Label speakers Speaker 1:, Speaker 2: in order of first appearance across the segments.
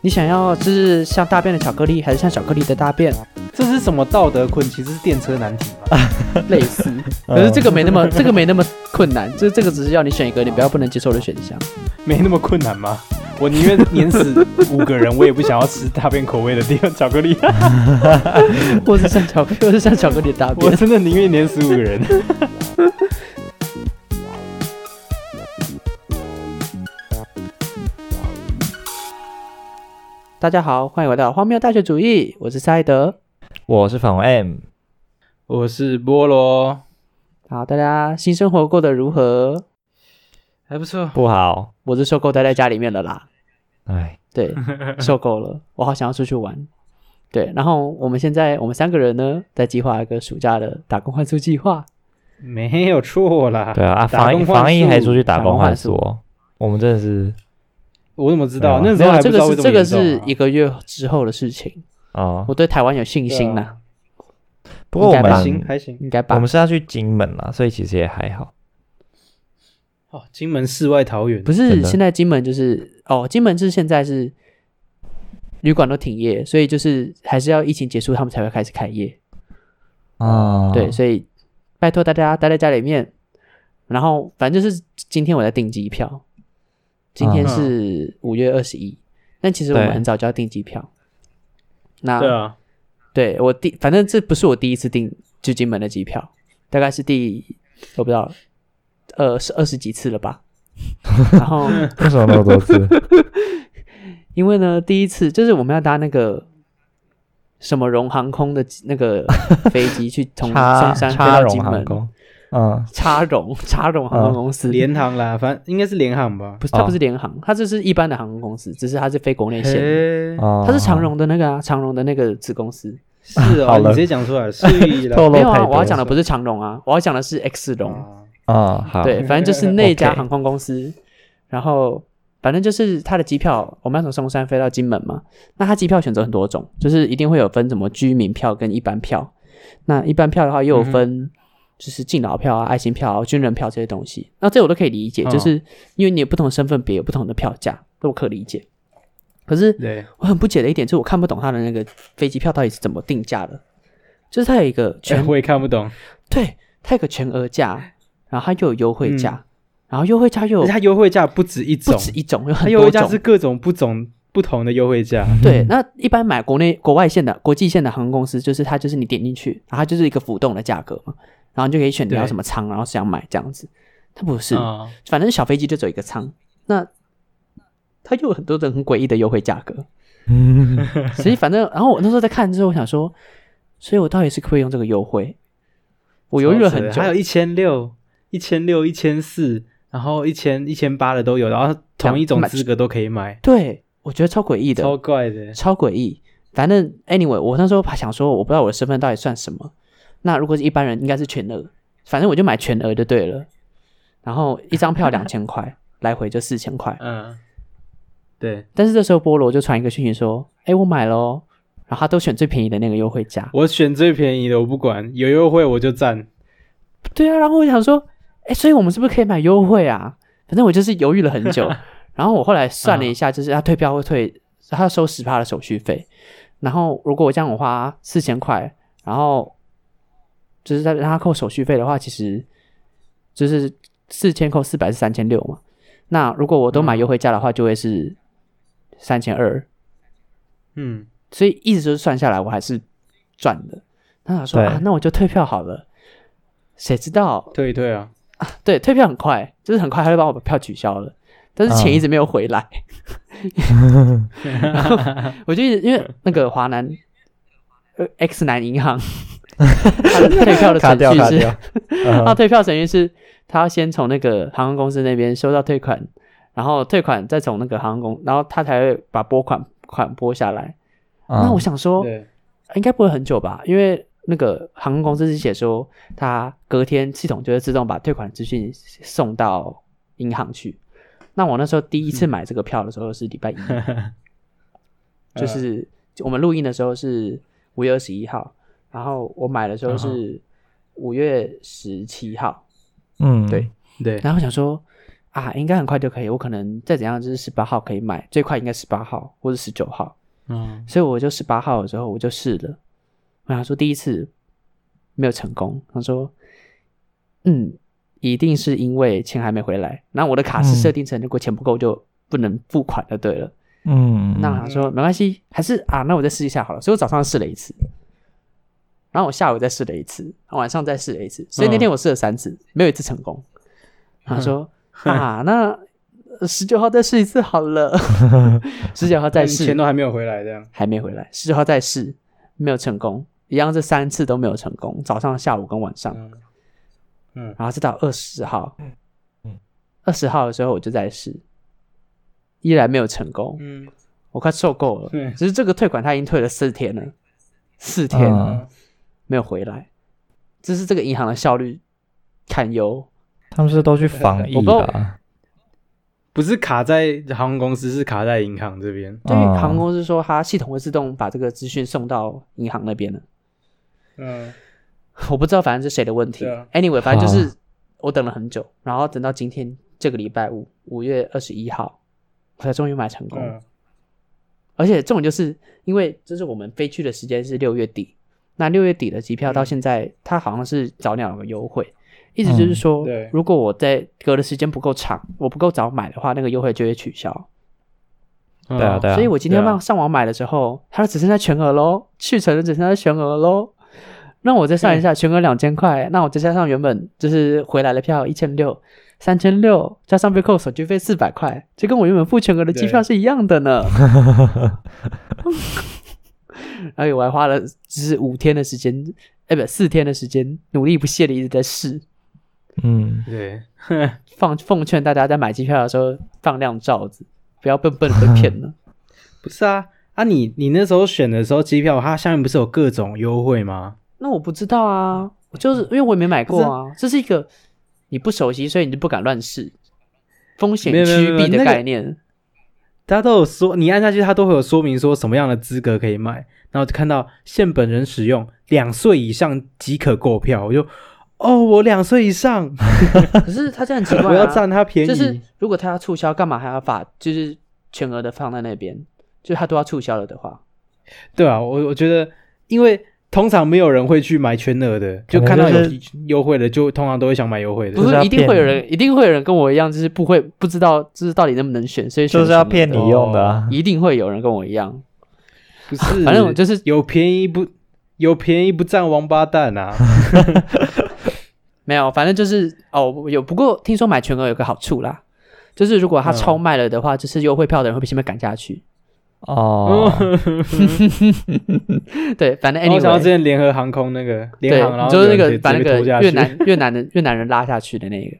Speaker 1: 你想要就是像大便的巧克力，还是像巧克力的大 便？
Speaker 2: 这是什么道德困其实是电车难题嘛。
Speaker 1: 类似，
Speaker 2: 嗯
Speaker 1: 可是这个没那么， 这个没那么困难，就是这个只是要你选一个你比较不能接受的选项。
Speaker 2: 没那么困难吗？我宁愿碾死五个人，我也不想要吃大便口味的地方巧克力。
Speaker 1: 或是像巧克 力，或是像巧克力的大
Speaker 2: 嗯我
Speaker 1: 便。
Speaker 2: 真的宁愿碾死五个人。
Speaker 1: 大家好，欢迎回到荒谬大学主义，我是赛德。
Speaker 3: 我是粉红 M，
Speaker 2: 我是菠萝，
Speaker 1: 好，大家新生活过得如何？
Speaker 2: 还不错。
Speaker 3: 不好，
Speaker 1: 我是受够待在家里面了啦，
Speaker 3: 哎，
Speaker 1: 对，受够了，我好想要出去玩。对，然后我们现在我们三个人呢，在计划一个暑假的打工换宿计划。
Speaker 2: 没有错啦。
Speaker 3: 对啊，啊
Speaker 2: 打
Speaker 3: 防疫
Speaker 2: 工换
Speaker 3: 防疫
Speaker 2: 宿
Speaker 3: 还出去打
Speaker 1: 打
Speaker 3: 工
Speaker 1: 工换
Speaker 3: 换宿哦，我们真的是
Speaker 2: 我怎么知道？
Speaker 3: 没
Speaker 2: 那
Speaker 3: 有
Speaker 2: 时
Speaker 1: 没
Speaker 2: 候还
Speaker 1: 有，
Speaker 2: 不
Speaker 1: 这
Speaker 2: 知道
Speaker 1: 个
Speaker 2: 会
Speaker 1: 是
Speaker 2: 这么
Speaker 1: 这
Speaker 2: 严
Speaker 1: 个
Speaker 2: 重
Speaker 1: 是
Speaker 2: 啊
Speaker 1: 一个月之后的事情。
Speaker 3: 哦
Speaker 1: 我，对台湾有信心
Speaker 2: 对
Speaker 1: 呐、
Speaker 2: 啊
Speaker 3: 不过我
Speaker 1: 应该
Speaker 3: 们
Speaker 1: 吧
Speaker 2: 还行还行。
Speaker 1: 应该吧
Speaker 3: 我？们是要去金门啦，所以其实也还好。
Speaker 2: 哦，金门世外桃源
Speaker 1: 不是，
Speaker 3: 真的
Speaker 1: 现在金门就是哦，金门是现在是旅馆都停业，所以就是还是要疫情结束他们才会开始开业。
Speaker 3: 啊，
Speaker 1: 对，所以拜托大家待在家里面。然后反正就是今天我在订机票，今天
Speaker 3: 嗯
Speaker 1: 是五月二十一，但其实我们
Speaker 3: 对
Speaker 1: 很早就要订机票。那
Speaker 2: 对啊，
Speaker 1: 对我第，反正这不是我第一次订去金门的机票，大概是第我不知道，呃，是二十几次了 吧。然后，
Speaker 3: 为什么那么多次？
Speaker 1: 因为呢，第一次就是我们要搭那个什么荣航空的那个飞机去 从
Speaker 3: 插
Speaker 1: 松山飞
Speaker 3: 插
Speaker 1: 到
Speaker 3: 荣
Speaker 1: 金
Speaker 3: 航
Speaker 1: 门，
Speaker 3: 空，嗯，
Speaker 1: 插荣 插荣航空公司，
Speaker 2: 联航啦，反正应该是联航吧。
Speaker 1: 不是它
Speaker 3: 哦
Speaker 1: 不是联航，它就是一般的航空公司，只是它是飞国内线的，
Speaker 2: 嘿
Speaker 3: 哦
Speaker 1: 它是长荣的那个啊，长荣的那个子公司。
Speaker 2: 是哦，
Speaker 3: 好
Speaker 2: 你
Speaker 3: 了
Speaker 2: 直接讲出来，所以啦。
Speaker 3: 透露
Speaker 1: 没
Speaker 3: 太
Speaker 1: 有
Speaker 3: 多
Speaker 1: 啊，
Speaker 3: 了。
Speaker 1: 我要讲的不是长荣啊，我要讲的是 X 荣。
Speaker 2: 啊
Speaker 3: 啊，好，
Speaker 1: 对，反正就是那家
Speaker 3: OK
Speaker 1: 航空公司，然后反正就是它的机票，我们要从松山飞到金门嘛，那它机票选择很多种，就是一定会有分什么居民票跟一般票，那一般票的话
Speaker 3: 嗯
Speaker 1: 又有分就是敬老票啊、爱心票啊、军人票这些东西，那这我都可以理解，
Speaker 2: 哦
Speaker 3: 嗯
Speaker 1: 就是因为你有不同身份别有不同的票价，这我可以理解。可是
Speaker 2: 对，
Speaker 1: 我很不解的一点就是我看不懂它的那个飞机票到底是怎么定价的，就是它有一个全
Speaker 2: 哎我也看不懂，
Speaker 1: 对，它有个全额价，然后它又有优惠价，然后优惠价又
Speaker 2: 嗯
Speaker 1: 有
Speaker 2: 而且它优惠价不止一
Speaker 1: 不
Speaker 2: 种，
Speaker 1: 止一种，有
Speaker 2: 它
Speaker 1: 很
Speaker 2: 优
Speaker 1: 多
Speaker 2: 惠价是嗯
Speaker 1: 种。
Speaker 2: 各种不种不同的优惠价。
Speaker 1: 对，那一般买国内国外线的国际线的航空公司，就是它就是你点进去，然后它就是一个浮动的价格嘛，然后你就可以选你要
Speaker 2: 对
Speaker 1: 什么舱，然后想买这样子。它不是，
Speaker 2: 啊，
Speaker 1: 反正小飞机就只有一个舱，那它又有很多种很诡异的优惠价格。
Speaker 3: 嗯
Speaker 1: 所以反正，然后我那时候在看之后，我想说，所以我到底是可以用这个优惠？我犹豫了很
Speaker 2: 超扯
Speaker 1: 久
Speaker 2: 的还。有一千六、一千六、一千四，然后一千一千八的都有，然后同一种资格都可以买，
Speaker 1: 对，我觉得超诡异的，
Speaker 2: 超怪的。
Speaker 1: 超诡异。反正 anyway，我那时候想说，我不知道我的身份到底算什么。那如果是一般人，应该是全额，反正我就买全额就对了。然后一张票两千块，来回就四千块。
Speaker 2: 嗯，对
Speaker 1: 但是这时候菠萝就传一个讯息说：“哎，我买了哦。”然后他都选最便宜的那个优惠价。
Speaker 2: 我选最便宜的，我不管，有优惠我就占。
Speaker 1: 对啊，然后我想说，哎，所以我们是不是可以买优惠啊？反正我就是犹豫了很久。然后我后来算了一下，就是他退票会退，他要收十趴的手续费。然后如果我这样我花四千块，然后就是再让他扣手续费的话，其实就是四千扣四百是三千六嘛。那如果我都买优惠价的话，就会是三千二。
Speaker 2: 嗯，
Speaker 1: 所以一直就是算下来，我还是赚的。那想说
Speaker 3: 对
Speaker 1: 啊，那我就退票好了。谁知道
Speaker 2: 对对啊，
Speaker 1: 对，退票很快，就是很快他就把我的票取消了，但是
Speaker 3: 嗯
Speaker 1: 钱一直没有回 来。 然后我就一直因为那个华南呃 X 南银 行，他的退票的
Speaker 3: 卡
Speaker 1: 程
Speaker 3: 掉
Speaker 1: 序
Speaker 3: 卡
Speaker 1: 是 啊
Speaker 3: 掉，，嗯
Speaker 1: 他退票程序是他要先从那个航空公司那边收到退款，然后退款再从那个航空公，然后他才会把拨款款拨下来。
Speaker 3: 啊嗯
Speaker 1: 那我想说，
Speaker 2: 对，
Speaker 1: 应该不会很久吧，因为那个航空公司是写说，它隔天系统就会自动把退款资讯送到银行去。那我那时候第一次买这个票的时候是礼拜一，就是我们录音的时候是五月二十一号，然后我买的时候是五月十七号。
Speaker 3: 嗯，
Speaker 1: 对
Speaker 2: 对，
Speaker 1: 然后我想说，啊，应该很快就可以，我可能再怎样就是十八号可以买，最快应该十八号或者十九号，
Speaker 2: 嗯，
Speaker 1: 所以我就十八号的时候我就试了，我想说第一次没有成功，他说，嗯，一定是因为钱还没回来，那我的卡是设定成如果钱不够就不能付款就对了。
Speaker 3: 嗯，
Speaker 1: 那我想说没关系，还是啊，那我再试一下好了。所以我早上试了一次，然后我下午再试了一次，晚上再试了一次，所以那天我试了三次，没有一次成功。他说啊，那十九号再试一次好了，十九号 再
Speaker 2: 但钱
Speaker 1: 试
Speaker 2: 都还没有回来，这样
Speaker 1: 还没回来，十九号再试没有成功，一样这三次都没有成功，早上、下午跟晚上，
Speaker 2: 嗯嗯
Speaker 1: 然后是到二十号
Speaker 3: 嗯，
Speaker 1: 二十号的时候我就在试，依然没有成功。
Speaker 2: 嗯
Speaker 1: 我快受够了。
Speaker 2: 对
Speaker 1: 只是这个退款他已经退了四天了，四天了、
Speaker 3: 嗯
Speaker 1: 没有回来，这是这个银行的效率堪忧。
Speaker 3: 他们是都去防疫
Speaker 1: 我不
Speaker 3: 吧？
Speaker 2: 不是卡在航空公司，是卡在银行这边。
Speaker 1: 对于
Speaker 3: 嗯
Speaker 1: 航空公司说，它系统会自动把这个资讯送到银行那边的。
Speaker 2: 嗯，
Speaker 1: 我不知道，反正是谁的问题。
Speaker 2: 对啊
Speaker 1: anyway，反正就
Speaker 3: 好
Speaker 1: 是我等了很久，然后等到今天这个礼拜五，五月二十一号，我才终于买成功。
Speaker 2: 嗯
Speaker 1: 而且重点就是因为就是我们飞去的时间是六月底，那六月底的机票到现在，它好像是早鸟有优惠，意思就是说，
Speaker 2: 嗯对
Speaker 1: 如果我在隔的时间不够长，我不够早买的话，那个优惠就会取消。
Speaker 3: 对啊，对啊，
Speaker 1: 所以我今天
Speaker 2: 对啊
Speaker 1: 上上网买的时候，它只剩下全额喽，去程只剩下全额喽。那我再算
Speaker 2: 嗯
Speaker 1: 一下，全额两千块，那我再加上原本就是回来的票一千六、三千六，加上被扣手续费四百块，这跟我原本付全额的机票是一样的 呢。而哎且我还花了就是五天的时间，哎、不四天的时间，努力不懈的一直在试。
Speaker 3: 嗯，
Speaker 2: 对，
Speaker 1: 放奉劝大家在买机票的时候放亮罩子，不要笨笨的被骗了。
Speaker 2: 不是啊啊你！你那时候选的时候，机票它下面不是有各种优惠吗？
Speaker 1: 那我不知道啊，我就是因为我也没买过啊，这是一个你不熟悉，所以你就不敢乱试，风险
Speaker 2: 没有没有
Speaker 1: 趋
Speaker 2: 没有
Speaker 1: 避的
Speaker 2: 那个
Speaker 1: 概念。
Speaker 2: 它都有说，你按下去，它都会有说明说什么样的资格可以买，然后就看到限本人使用，两岁以上即可购票，我就哦，我两岁以上，
Speaker 1: 可是他这样很奇怪、啊，
Speaker 2: 我要占它便宜，
Speaker 1: 就是如果他要促销，干嘛还要把就是全额的放在那边？就他都要促销了的话，
Speaker 2: 对啊，我我觉得，因为通常没有人会去买全额的，就
Speaker 3: 可能
Speaker 2: 看到有
Speaker 3: 就是
Speaker 2: 提优惠的，就通常都会想买优惠的
Speaker 1: 不，
Speaker 3: 就是要
Speaker 1: 是一定会有
Speaker 3: 骗你
Speaker 1: 人，一定会有人跟我一样，就是不会不知道就是到底能不能选，所以选
Speaker 3: 就是要
Speaker 1: 全额
Speaker 3: 骗你
Speaker 1: 的哦
Speaker 3: 用的啊。
Speaker 1: 一定会有人跟我一样，
Speaker 2: 不是，
Speaker 1: 反正我就是
Speaker 2: 有便宜不有便宜不占王八蛋啊，
Speaker 1: 没有，反正就是哦，有不过听说买全额有个好处啦，就是如果它
Speaker 2: 嗯
Speaker 1: 超卖了的话，就是优惠票的人会被前面赶下去。
Speaker 3: 哦，
Speaker 1: 对，反正
Speaker 2: 然后哦我想到之
Speaker 1: anyway，
Speaker 2: 前联合航空那个
Speaker 1: 对
Speaker 2: 联航，然，后
Speaker 1: 就是那
Speaker 2: 有人
Speaker 1: 个
Speaker 2: 直接
Speaker 1: 把那
Speaker 2: 直接
Speaker 1: 个
Speaker 2: 拖下去
Speaker 1: 越南越南的越南人拉下去的那个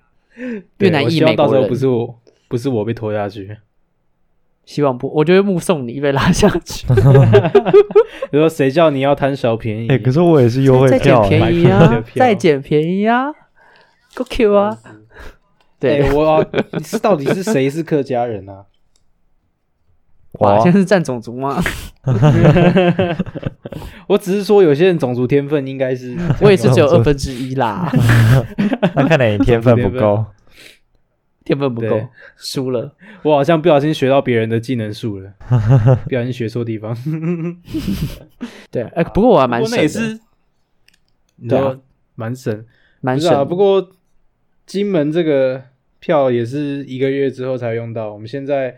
Speaker 2: 对
Speaker 1: 越南
Speaker 2: 我
Speaker 1: 裔
Speaker 2: 希望
Speaker 1: 美
Speaker 2: 到
Speaker 1: 国
Speaker 2: 时候
Speaker 1: 人
Speaker 2: 不，是我不是我被拖下去，
Speaker 1: 希望不，我就会目送你被拉下去，
Speaker 2: 比如说谁叫你要贪小便宜
Speaker 3: 哎，，可是我也是优惠
Speaker 1: 再捡
Speaker 3: 票欸，
Speaker 1: 便宜
Speaker 2: 买便宜的
Speaker 1: 啊，
Speaker 2: 票嗯
Speaker 1: 再捡便宜啊，够 Q 啊，对
Speaker 2: 哎，，我是到底是谁是客家人啊？
Speaker 1: 哇，
Speaker 3: 哇
Speaker 1: 现在是占种族吗？
Speaker 2: 我只是说有些人种族天分应该是，
Speaker 1: 我也是只有二分之一啦，
Speaker 3: 那看来你天分不够，
Speaker 1: 天分不够
Speaker 2: 对，
Speaker 1: 输了。
Speaker 2: 我好像不小心学到别人的技能 术了，不小心学错地方。
Speaker 1: 对，哎，不过我还蛮
Speaker 2: 不过
Speaker 1: 省
Speaker 2: 那也
Speaker 1: 的，
Speaker 2: 是，你
Speaker 1: 对啊
Speaker 2: 说蛮省，
Speaker 1: 蛮
Speaker 2: 不是
Speaker 1: 省
Speaker 2: 啊。
Speaker 1: 的。
Speaker 2: 不过金门这个票也是一个月之后才用到，我们现在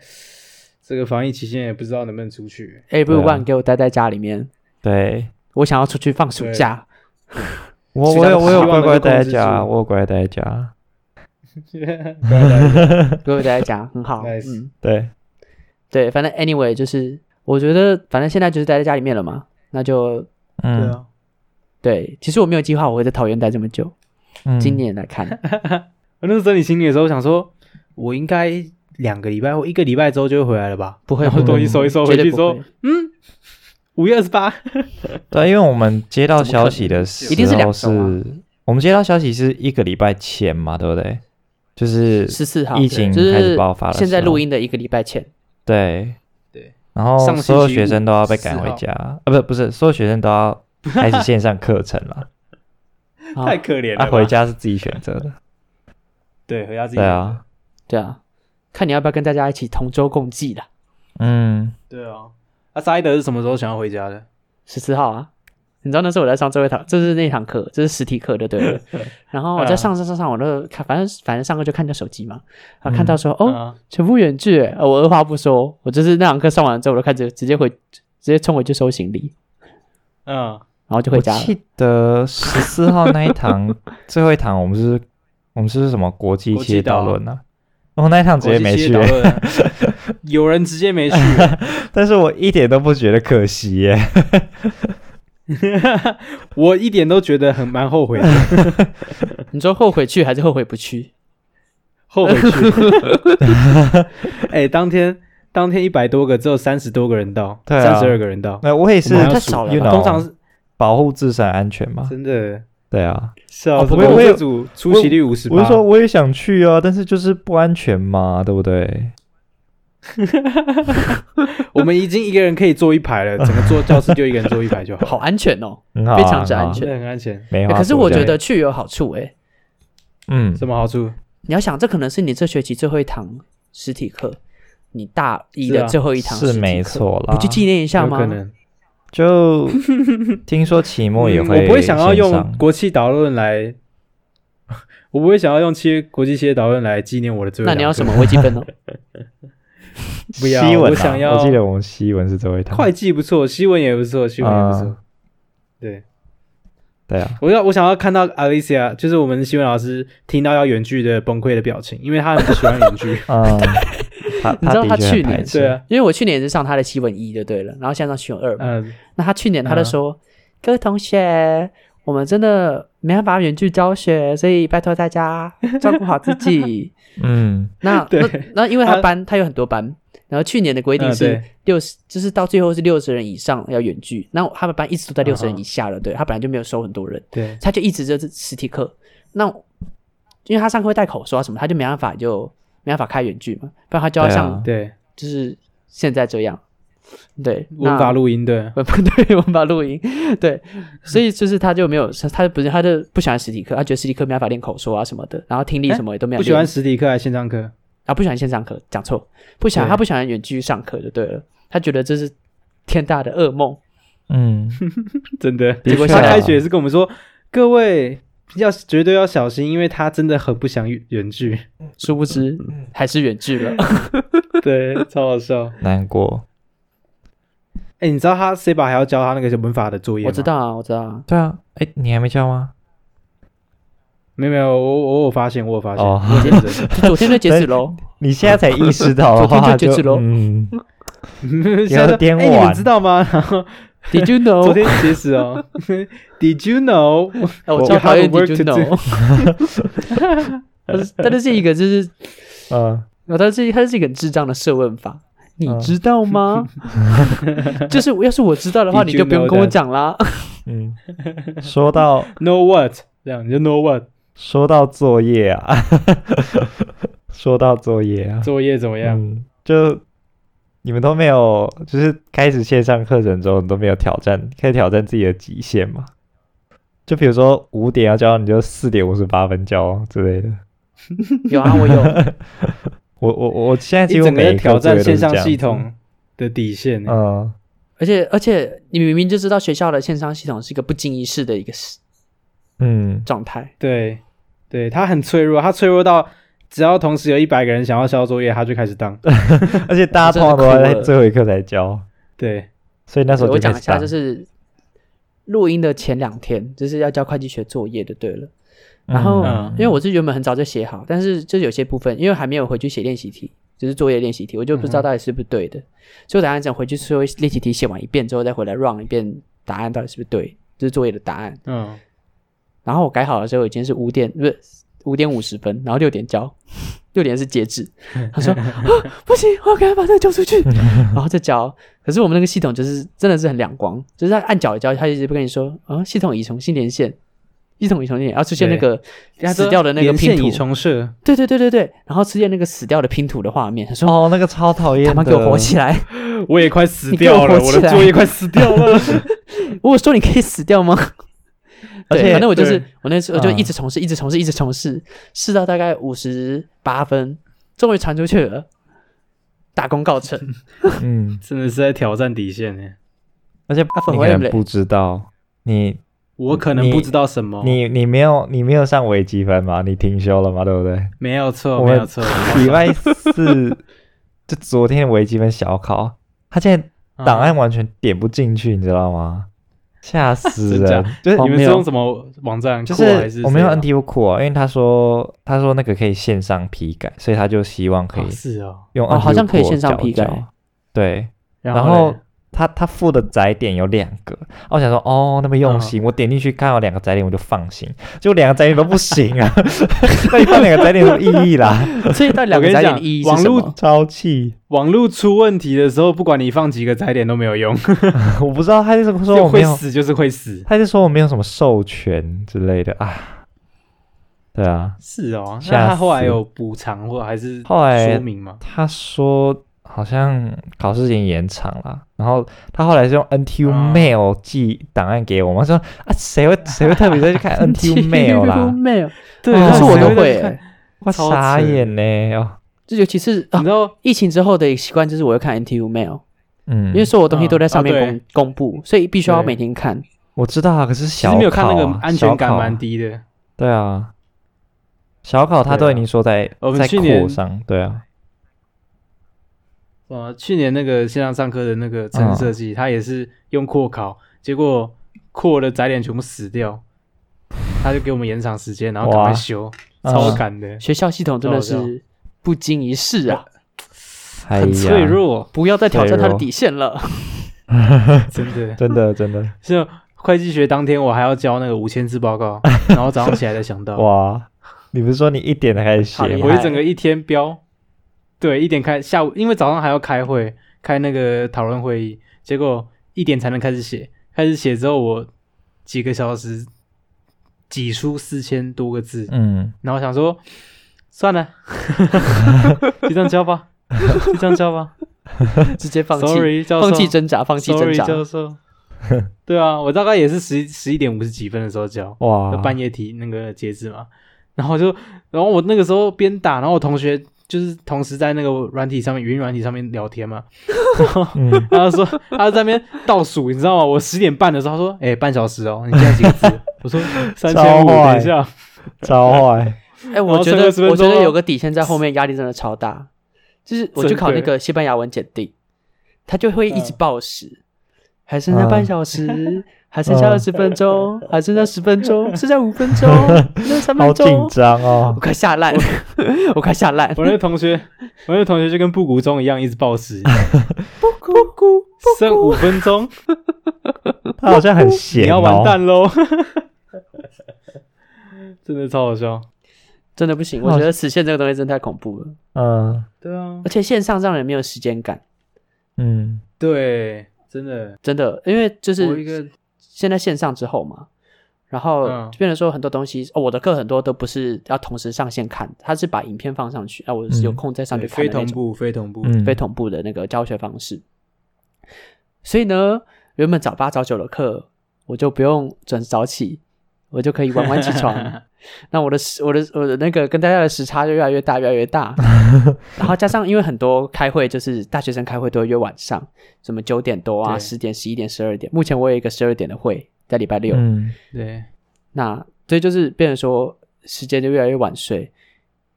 Speaker 2: 这个防疫期间也不知道能不能出 去。
Speaker 1: 哎，不如
Speaker 3: 对啊
Speaker 1: 万给我待在家里面，
Speaker 3: 对。
Speaker 1: 我想要出去放暑
Speaker 2: 对
Speaker 1: 假。
Speaker 3: 我
Speaker 2: 其
Speaker 3: 我
Speaker 2: 他
Speaker 3: 有
Speaker 2: 的
Speaker 3: 我有
Speaker 2: 希望
Speaker 3: 乖
Speaker 2: 能
Speaker 3: 乖
Speaker 2: 够
Speaker 3: 待
Speaker 2: 控
Speaker 3: 在
Speaker 2: 制
Speaker 3: 家，
Speaker 2: 住
Speaker 3: 我有乖乖待在家。
Speaker 2: 啊
Speaker 1: 各位大家讲很好，
Speaker 2: Nice
Speaker 1: 嗯，
Speaker 3: 对，
Speaker 1: 对，反正 anyway 就是，我觉得反正现在就是待在家里面了嘛，那就
Speaker 2: 对
Speaker 3: 嗯，
Speaker 2: 啊，
Speaker 1: 对。其实我没有计划我会在桃园待这么久，
Speaker 3: 嗯
Speaker 1: 今年来 看，
Speaker 2: 我那时候整理行李的时候想说，我应该两个礼拜或一个礼拜之后就会回来了吧？
Speaker 1: 不会
Speaker 2: 然后
Speaker 1: 不
Speaker 2: 东
Speaker 1: 会
Speaker 2: 西收一收
Speaker 1: 嗯绝
Speaker 2: 回
Speaker 1: 对
Speaker 2: 去
Speaker 1: 不
Speaker 2: 说
Speaker 1: 会，
Speaker 2: 嗯，五月二十八，
Speaker 3: 对，啊因为我们接到
Speaker 1: 怎么可
Speaker 3: 消
Speaker 1: 能
Speaker 3: 息的时候
Speaker 1: 一定是两周啊
Speaker 3: 我们接到消息是一个礼拜前嘛，对不对？就是
Speaker 1: 十四号
Speaker 3: 疫情
Speaker 1: 就
Speaker 3: 开始
Speaker 1: 是
Speaker 3: 爆发的时候
Speaker 1: 现在录音的一个礼拜前，
Speaker 3: 对
Speaker 2: 对，
Speaker 3: 然后
Speaker 2: 上
Speaker 3: 所有
Speaker 2: 星期
Speaker 3: 学生
Speaker 2: 五
Speaker 3: 都要被
Speaker 2: 4
Speaker 3: 赶回
Speaker 2: 号
Speaker 3: 家，啊，不不是，所有学生都要开始线上课程了，
Speaker 1: 啊
Speaker 2: 太可怜了
Speaker 3: 啊，
Speaker 2: 吧。
Speaker 3: 回家是自己选择的，
Speaker 2: 对，回家自己
Speaker 3: 对啊，
Speaker 1: 对啊，看你要不要跟大家一起同舟共济啦。
Speaker 3: 嗯，
Speaker 2: 对啊，那沙伊德是什么时候想要回家的？
Speaker 1: 十四号啊，你知道那时候我在上最后一堂，这是那一堂课，这是实体课的，对不 对？然后我
Speaker 2: 啊
Speaker 1: 在上上上上，我都看，反正反正上课就看着手机嘛，然后
Speaker 3: 嗯
Speaker 1: 看到说、哦，
Speaker 2: 啊，
Speaker 1: 全部远距、欸，呃我二话不说，我就是那堂课上完之后，我就开始直接回，直接冲回去收行李，
Speaker 2: 嗯，
Speaker 1: 然后就回
Speaker 3: 我
Speaker 1: 家了。
Speaker 3: 记得十四号那一堂最后一堂，我们是，我们是什么国际
Speaker 2: 国际
Speaker 3: 企业导
Speaker 2: 导
Speaker 3: 论啊？我那一堂直接没去
Speaker 2: 国，际企业讨论有人直接没去，
Speaker 3: 但是我一点都不觉得可惜耶。
Speaker 2: 我一点都觉得很蛮后悔的，
Speaker 1: 你说后悔去还是后悔不去？
Speaker 2: 后悔去。 哎、当天当天一百多个，只有三十多个人到，
Speaker 3: 对
Speaker 2: 三
Speaker 3: 啊
Speaker 2: 十二个人到，
Speaker 3: 那我也是
Speaker 2: 我，们还
Speaker 1: 太
Speaker 2: 要
Speaker 1: 少了
Speaker 3: you
Speaker 1: 吧
Speaker 3: know
Speaker 2: 通常是
Speaker 3: 保护自身安全嘛。
Speaker 2: 真的
Speaker 3: 对啊，
Speaker 2: 是啊，
Speaker 3: 哦
Speaker 2: 什
Speaker 3: 不
Speaker 2: 么
Speaker 3: 过
Speaker 2: 我
Speaker 3: 我
Speaker 2: 这
Speaker 3: 有
Speaker 2: 组出席率五十八，
Speaker 3: 我是说我也想去啊，但是就是不安全嘛，对不对？
Speaker 2: 我们已经一个人可以坐一排 了，整个坐教室就一个人坐一排就 好，
Speaker 1: 好安全哦，
Speaker 3: 很好啊、
Speaker 1: 非常之
Speaker 3: 很好啊
Speaker 1: 安全
Speaker 2: 真的很安全。
Speaker 3: 没有、
Speaker 1: 欸可是我觉得，去有好处诶、
Speaker 3: 嗯，
Speaker 2: 什么好处？
Speaker 1: 你要想，这可能是你这学期最后一堂实体课，你大一
Speaker 2: 是
Speaker 1: 的
Speaker 2: 啊
Speaker 1: 最后一堂实体
Speaker 3: 是
Speaker 1: 课
Speaker 3: 没，错啦。
Speaker 1: 不去纪念一下
Speaker 2: 有
Speaker 1: 吗
Speaker 2: 可？能。
Speaker 3: 就听说期末也
Speaker 2: 嗯
Speaker 3: 会、
Speaker 2: 我不会想要用，国际导论来， 我不会想要用七国际企业导论来纪念我的最后
Speaker 1: 那
Speaker 2: 一堂课。
Speaker 1: 你要什么微积分哦？
Speaker 2: 不要
Speaker 3: 西文、啊，
Speaker 2: 我想要
Speaker 3: 我记得我们西文是最后一堂。
Speaker 2: 会计不错，西文也不错，西文也不错。
Speaker 3: 嗯
Speaker 2: 对，
Speaker 3: 对啊，。
Speaker 2: 我要我想要看到 Alicia，就是我们西文老师听到要远距的崩溃的表情，因为他很不喜欢远距
Speaker 3: 嗯， 他
Speaker 1: 你知道
Speaker 3: 的
Speaker 1: 他
Speaker 3: 确
Speaker 1: 去
Speaker 3: 很排
Speaker 1: 年
Speaker 3: 斥
Speaker 2: 对，啊，
Speaker 1: 因为我去年也是上他的新闻一就对了，然后现在上新闻二嘛。
Speaker 2: 嗯，
Speaker 1: 那他去年他就说：“各位同学，我们真的没办法远距教学，所以拜托大家 照顾好自己。
Speaker 3: 嗯，
Speaker 1: 那”那
Speaker 2: 对
Speaker 1: 那因为他
Speaker 2: 他
Speaker 1: 班他有很多班，然后去年的规定
Speaker 2: 嗯
Speaker 1: 是
Speaker 2: 对
Speaker 1: 六十、就是到最后是六十人以上要远距，那他们班一直都在六十人以下
Speaker 2: 啊
Speaker 1: 了，对他本来就没有收很多人，
Speaker 2: 对，
Speaker 1: 他就一直就是实体课。那因为他上课会戴口罩啊什么，他就没办法就没办法开远距嘛，不然他就要
Speaker 3: 对啊
Speaker 1: 像、
Speaker 2: 对，
Speaker 1: 就是现在这样。对，
Speaker 2: 文
Speaker 1: 那
Speaker 2: 法录音对，
Speaker 1: 不 不对，我们把录音对，所以就是他就没有，他不是他就不喜欢实体课，他觉得实体课没办法练口说啊什么的，然后听力什么也都没有
Speaker 2: 不
Speaker 1: 练、
Speaker 2: 喜欢实体课还是线上课？
Speaker 1: 啊，不喜欢线上课，讲错，不喜欢
Speaker 2: 对
Speaker 1: 他不喜欢远距上课就对了，他觉得这是天大的噩梦。
Speaker 3: 嗯，
Speaker 2: 真的，
Speaker 3: 的确
Speaker 2: 他
Speaker 3: 啊
Speaker 2: 开学也是跟我们说，各位要绝对要小心，因为他真的很不想远距。
Speaker 1: 殊不知还是远距了，
Speaker 2: 嗯对，超好笑。
Speaker 3: 难过。
Speaker 2: 哎、你知道他 C 把还要教他那个文法的作业吗？
Speaker 1: 我知，道啊，我知道啊，
Speaker 3: 对啊，哎，你还没教吗？
Speaker 2: 没有没有，我我有发现，我有发现，
Speaker 3: 哦
Speaker 2: 我有认真
Speaker 1: 就昨天就截止 喽，
Speaker 3: 你现在才意识到
Speaker 1: 昨
Speaker 3: 的
Speaker 1: 天
Speaker 3: 话，
Speaker 1: 就截止咯
Speaker 3: 嗯，
Speaker 2: 现在
Speaker 3: 点
Speaker 2: 哎、你们
Speaker 3: 晚
Speaker 2: 知道吗？ 然后
Speaker 1: Did you
Speaker 2: 昨
Speaker 1: know？
Speaker 2: 天截止 哦。Did you know？
Speaker 1: 哎我
Speaker 2: 我
Speaker 1: 超讨厌
Speaker 2: have work
Speaker 1: Did you
Speaker 2: to do
Speaker 1: know？他 就是一个就是
Speaker 3: 嗯，
Speaker 1: 然后他是他是一个很智障的设问法，你知道 吗？就是要是我知道的话，
Speaker 2: Did
Speaker 1: 你
Speaker 2: you
Speaker 1: 就不用
Speaker 2: know
Speaker 1: 跟我
Speaker 2: that？
Speaker 1: 讲啦。
Speaker 3: 嗯，说到
Speaker 2: Know what？这样你就 know what
Speaker 3: 说到作业啊， 说到作业啊，
Speaker 2: 作业怎么样？
Speaker 3: 嗯，就你们都没有，就是开始线上课程之后，你都没有挑战，可以挑战自己的极限嘛？就比如说五点要交，你就四点五十八分交之类的。
Speaker 1: 有啊，我有，
Speaker 3: 我我嗯我现在
Speaker 2: 一
Speaker 3: 几乎
Speaker 2: 整个
Speaker 3: 每
Speaker 2: 在
Speaker 3: 一
Speaker 2: 挑
Speaker 3: 个作
Speaker 2: 战
Speaker 3: 业都
Speaker 2: 线
Speaker 3: 是这
Speaker 2: 上
Speaker 3: 样
Speaker 2: 系
Speaker 3: 子
Speaker 2: 统的底线、
Speaker 3: 嗯，
Speaker 1: 而且而且你明明就知道学校的线上系统是一个不经一事的一个
Speaker 3: 嗯，
Speaker 1: 状态，
Speaker 2: 对，对他很脆弱，他脆弱到只要同时有一百个人想要交作业，他就开始当。
Speaker 3: 嗯而且大家通常都
Speaker 1: 我真的
Speaker 3: 在
Speaker 1: 哭了
Speaker 3: 最后一刻才交，
Speaker 2: 对，
Speaker 3: 所以那时候
Speaker 1: 我
Speaker 3: 就
Speaker 1: 讲
Speaker 3: 开
Speaker 1: 一
Speaker 3: 始
Speaker 1: 下，
Speaker 3: 当
Speaker 1: 就是录音的前两天，就是要交会计学作业的，对了。然后
Speaker 3: 嗯
Speaker 1: 因为我是原本很早就写好，但是就是有些部分，因为还没有回去写练习题，就是作业练习题，我就不知道到底是不是对的，
Speaker 3: 嗯
Speaker 1: 所以我打算想回去所有练习题写完一遍之后再回来 run 一遍答案到底是不是对，就是作业的答案。
Speaker 2: 嗯，
Speaker 1: 然后我改好的时候已经是五点，不是五点五十分，然后六点交，六点是截止。他说、啊、不行，我要赶快把这个交出去，然后再交。可是我们那个系统就是真的是很两光，就是他按脚一交，他一直不跟你说啊，系统已重新连线，系统已重新连，然后出现那个死掉的那个
Speaker 2: 连
Speaker 1: 拼
Speaker 2: 线
Speaker 1: 图
Speaker 2: 已，重设。
Speaker 1: 对对对对对，然后出现那个死掉的拼图的画面，他说。
Speaker 3: 哦，那个超讨厌
Speaker 1: 他
Speaker 3: 的，
Speaker 1: 妈给我活起来！
Speaker 2: 我也快死
Speaker 1: 你给我
Speaker 2: 掉了，
Speaker 1: 活
Speaker 2: 我
Speaker 1: 起
Speaker 2: 的
Speaker 1: 来
Speaker 2: 作业快死掉了。
Speaker 1: 我有说你可以死掉吗？
Speaker 3: 而
Speaker 1: 对
Speaker 3: 且
Speaker 1: 反正我就是
Speaker 2: 对
Speaker 1: 我那次我就
Speaker 3: 嗯
Speaker 1: 一直从事，一直从事，一直从事，试到大概五十八分，终于传出去了，大功告成。
Speaker 3: 嗯，
Speaker 2: 真的是在挑战底线欸呢。
Speaker 3: 而且
Speaker 1: 啊粉红
Speaker 3: 你可
Speaker 1: M 嘞
Speaker 3: 能不知道，你
Speaker 2: 我可能
Speaker 3: 你
Speaker 2: 不知道什
Speaker 1: 哦
Speaker 2: 么，
Speaker 3: 你你没有你没有上微积分嘛？你停休了嘛？对不对？
Speaker 2: 没有错，
Speaker 3: 我
Speaker 2: 没
Speaker 3: 们
Speaker 2: 有错。
Speaker 3: 礼拜四就昨天微积分小考，他竟然
Speaker 2: 嗯
Speaker 3: 档案完全点不进去，你知道吗？吓死
Speaker 2: 嗯真假
Speaker 3: 人！就是
Speaker 2: 你们
Speaker 1: 没
Speaker 2: 是
Speaker 1: 有
Speaker 2: 用什么网站？
Speaker 3: 就
Speaker 2: Core 还是
Speaker 3: 我没有
Speaker 2: 谁啊
Speaker 3: NTU 库啊，因为他说他说那个可以线上批改，所以他就希望可以
Speaker 2: 哦是哦。
Speaker 3: 用 NTU
Speaker 1: 哦好像可以线上
Speaker 3: 缴
Speaker 1: 批改
Speaker 3: 交对，
Speaker 2: 然
Speaker 3: 然后
Speaker 2: 嘞
Speaker 3: 他他附的载点有两个，啊我想说哦那么用心，我点进去看到两个载点我就放心，结果两个载点都不行啊， 那你放两个载点有什么意义啦？
Speaker 1: 所以到底两
Speaker 2: 我跟
Speaker 1: 个
Speaker 2: 你
Speaker 1: 载
Speaker 2: 讲
Speaker 1: 点意义是
Speaker 2: 网
Speaker 1: 什
Speaker 2: 络
Speaker 1: 么？
Speaker 3: 超气！
Speaker 2: 网络出问题的时候，不管你放几个载点都没有 用，
Speaker 3: 我不知道他是说
Speaker 2: 就
Speaker 3: 我没
Speaker 2: 会
Speaker 3: 有，
Speaker 2: 死就是会死。
Speaker 3: 他就说我没有什么授权之类的啊，对啊，
Speaker 2: 是哦，
Speaker 3: 吓
Speaker 2: 那他后来
Speaker 3: 死
Speaker 2: 有补偿或还是
Speaker 3: 后来
Speaker 2: 说明吗？
Speaker 3: 他说好像考试已经延长了，然后他后来是用 NTU
Speaker 2: 啊
Speaker 3: Mail 寄档案给我们，我说啊 谁会谁会特别再去看 NTU Mail 啦？
Speaker 1: mail，
Speaker 2: 对啊
Speaker 1: 可是
Speaker 3: 哦
Speaker 1: 我
Speaker 3: 谁
Speaker 1: 都
Speaker 3: 会
Speaker 1: 会
Speaker 2: 看
Speaker 1: 欸，
Speaker 3: 我
Speaker 2: 超
Speaker 3: 傻
Speaker 2: 扯
Speaker 3: 眼呢、哦，
Speaker 1: 就尤其是
Speaker 2: 你
Speaker 1: 啊
Speaker 2: 知道
Speaker 1: 疫情之后的习惯就是我会看 NTU mail，
Speaker 3: 嗯，
Speaker 1: 因为所有东西都在上面
Speaker 2: 嗯啊
Speaker 1: 公公布，所以必须要
Speaker 2: 对
Speaker 1: 每天看。
Speaker 3: 我知道啊，可是
Speaker 2: 其
Speaker 3: 小考、
Speaker 2: 实
Speaker 3: 啊、
Speaker 2: 没有看那个安全感
Speaker 3: 小考
Speaker 2: 蛮低的。
Speaker 3: 对啊，小考他
Speaker 2: 对啊
Speaker 3: 都已经说在、
Speaker 2: 我们
Speaker 3: 在
Speaker 2: 去年
Speaker 3: 扩上，对啊，
Speaker 2: 呃，去年那个线上上课的那个城市设计，他也是用扩考，结果扩的载点全部死掉，他就给我们延长时间，然后赶
Speaker 3: 哇
Speaker 2: 快修，超
Speaker 3: 啊
Speaker 2: 赶的，
Speaker 1: 学校系统真的
Speaker 2: 好好笑
Speaker 1: 是不经一事啊，
Speaker 3: 哎呀
Speaker 2: 很脆，弱，
Speaker 1: 不要再挑战它
Speaker 3: 脆
Speaker 1: 的
Speaker 3: 弱
Speaker 1: 底线了。
Speaker 2: 真的。
Speaker 3: 真的 真的，
Speaker 2: 是会计学当天我还要交那个五千字 报告，然后早上起来才想到，
Speaker 3: 哇！你不是说你一点才开始
Speaker 1: 好
Speaker 3: 写
Speaker 1: 厉
Speaker 3: 吗
Speaker 1: 害
Speaker 2: 我？一整个一天标，对，一点开下午，因为早上还要开会，开那个讨论会议，结果一点才能开始写，开始写之后我几个小时挤出四千多个字，
Speaker 3: 嗯，
Speaker 2: 然后想说算了， 就这样 交吧，就这样交吧
Speaker 1: 直接放弃，
Speaker 2: ，sorry 教授，
Speaker 1: 放弃挣扎，放弃挣
Speaker 2: sorry
Speaker 1: 扎。
Speaker 2: 教授，对啊，我大概也是十十一点五十几分的时候交。
Speaker 3: 哇
Speaker 1: 哦
Speaker 2: 那，半夜提那个截止嘛，然后就，然后我那个时候边打，然后我同学就是同时在那个软体上面，语音软体上面聊天嘛，
Speaker 3: 嗯，
Speaker 2: 他就说他在那边倒数，你知道吗？我十点半的时候，他说，哎、半小时哦，你现在几个字？我说三千
Speaker 3: 超
Speaker 2: 五，
Speaker 3: 坏
Speaker 2: 等一下，
Speaker 3: 超坏，
Speaker 1: 哎、我觉
Speaker 2: 然
Speaker 1: 得
Speaker 2: 后剩20分钟哦
Speaker 1: 我觉得有个底线在后面，压力真的超大。就是我去考那个西班牙文检定，他就会一
Speaker 2: 嗯
Speaker 1: 直报时，还剩下半小时，还剩下
Speaker 2: 嗯
Speaker 1: 二十分钟，还剩下十分钟，剩下五分 钟，剩下三
Speaker 3: 好
Speaker 1: 分
Speaker 3: 紧
Speaker 1: 钟，
Speaker 3: 张
Speaker 1: 我
Speaker 3: 哦，
Speaker 1: 快吓烂， 我快吓烂。
Speaker 2: 我那个同学，我那个同学就跟布谷钟一样，一直报时，
Speaker 1: 咕咕，
Speaker 2: 剩五分钟，
Speaker 3: 他好像很闲
Speaker 2: 你
Speaker 3: 哦，
Speaker 2: 要完 蛋喽！真的超好笑，
Speaker 1: 真的不行，我觉得死线这个东西真的太恐怖了，
Speaker 3: 嗯
Speaker 2: 对啊
Speaker 1: 而，且线上让人没有时间感，
Speaker 3: 嗯，
Speaker 2: 对，真的，
Speaker 1: 真的，因为就
Speaker 2: 我
Speaker 1: 是
Speaker 2: 一个
Speaker 1: 现在线上之后嘛，然后
Speaker 2: 嗯
Speaker 1: 就变成说很多东西，哦，我的课很多都不是要同时上线看，它是把影片放上去，啊，我是有
Speaker 3: 嗯
Speaker 1: 空再上去
Speaker 2: 对
Speaker 1: 看
Speaker 2: 非
Speaker 1: 的那
Speaker 2: 同
Speaker 1: 种
Speaker 2: 步，非同步，
Speaker 3: 嗯
Speaker 1: 非同步的那个教学方式。所以呢，原本早八早九的课，我就不用准时早起，我就可以晚晚起床。那我的时我的我的那个跟大家的时差就越来越大，越来越大。然后加上因为很多开会，就是大学生开会都会约晚上，什么九点多啊、
Speaker 2: 对
Speaker 1: 十点、十一点、十二点。目前我有一个十二点的会，在礼拜六。
Speaker 3: 嗯
Speaker 2: 对
Speaker 1: 那所以就是变成说时间就越来越晚睡。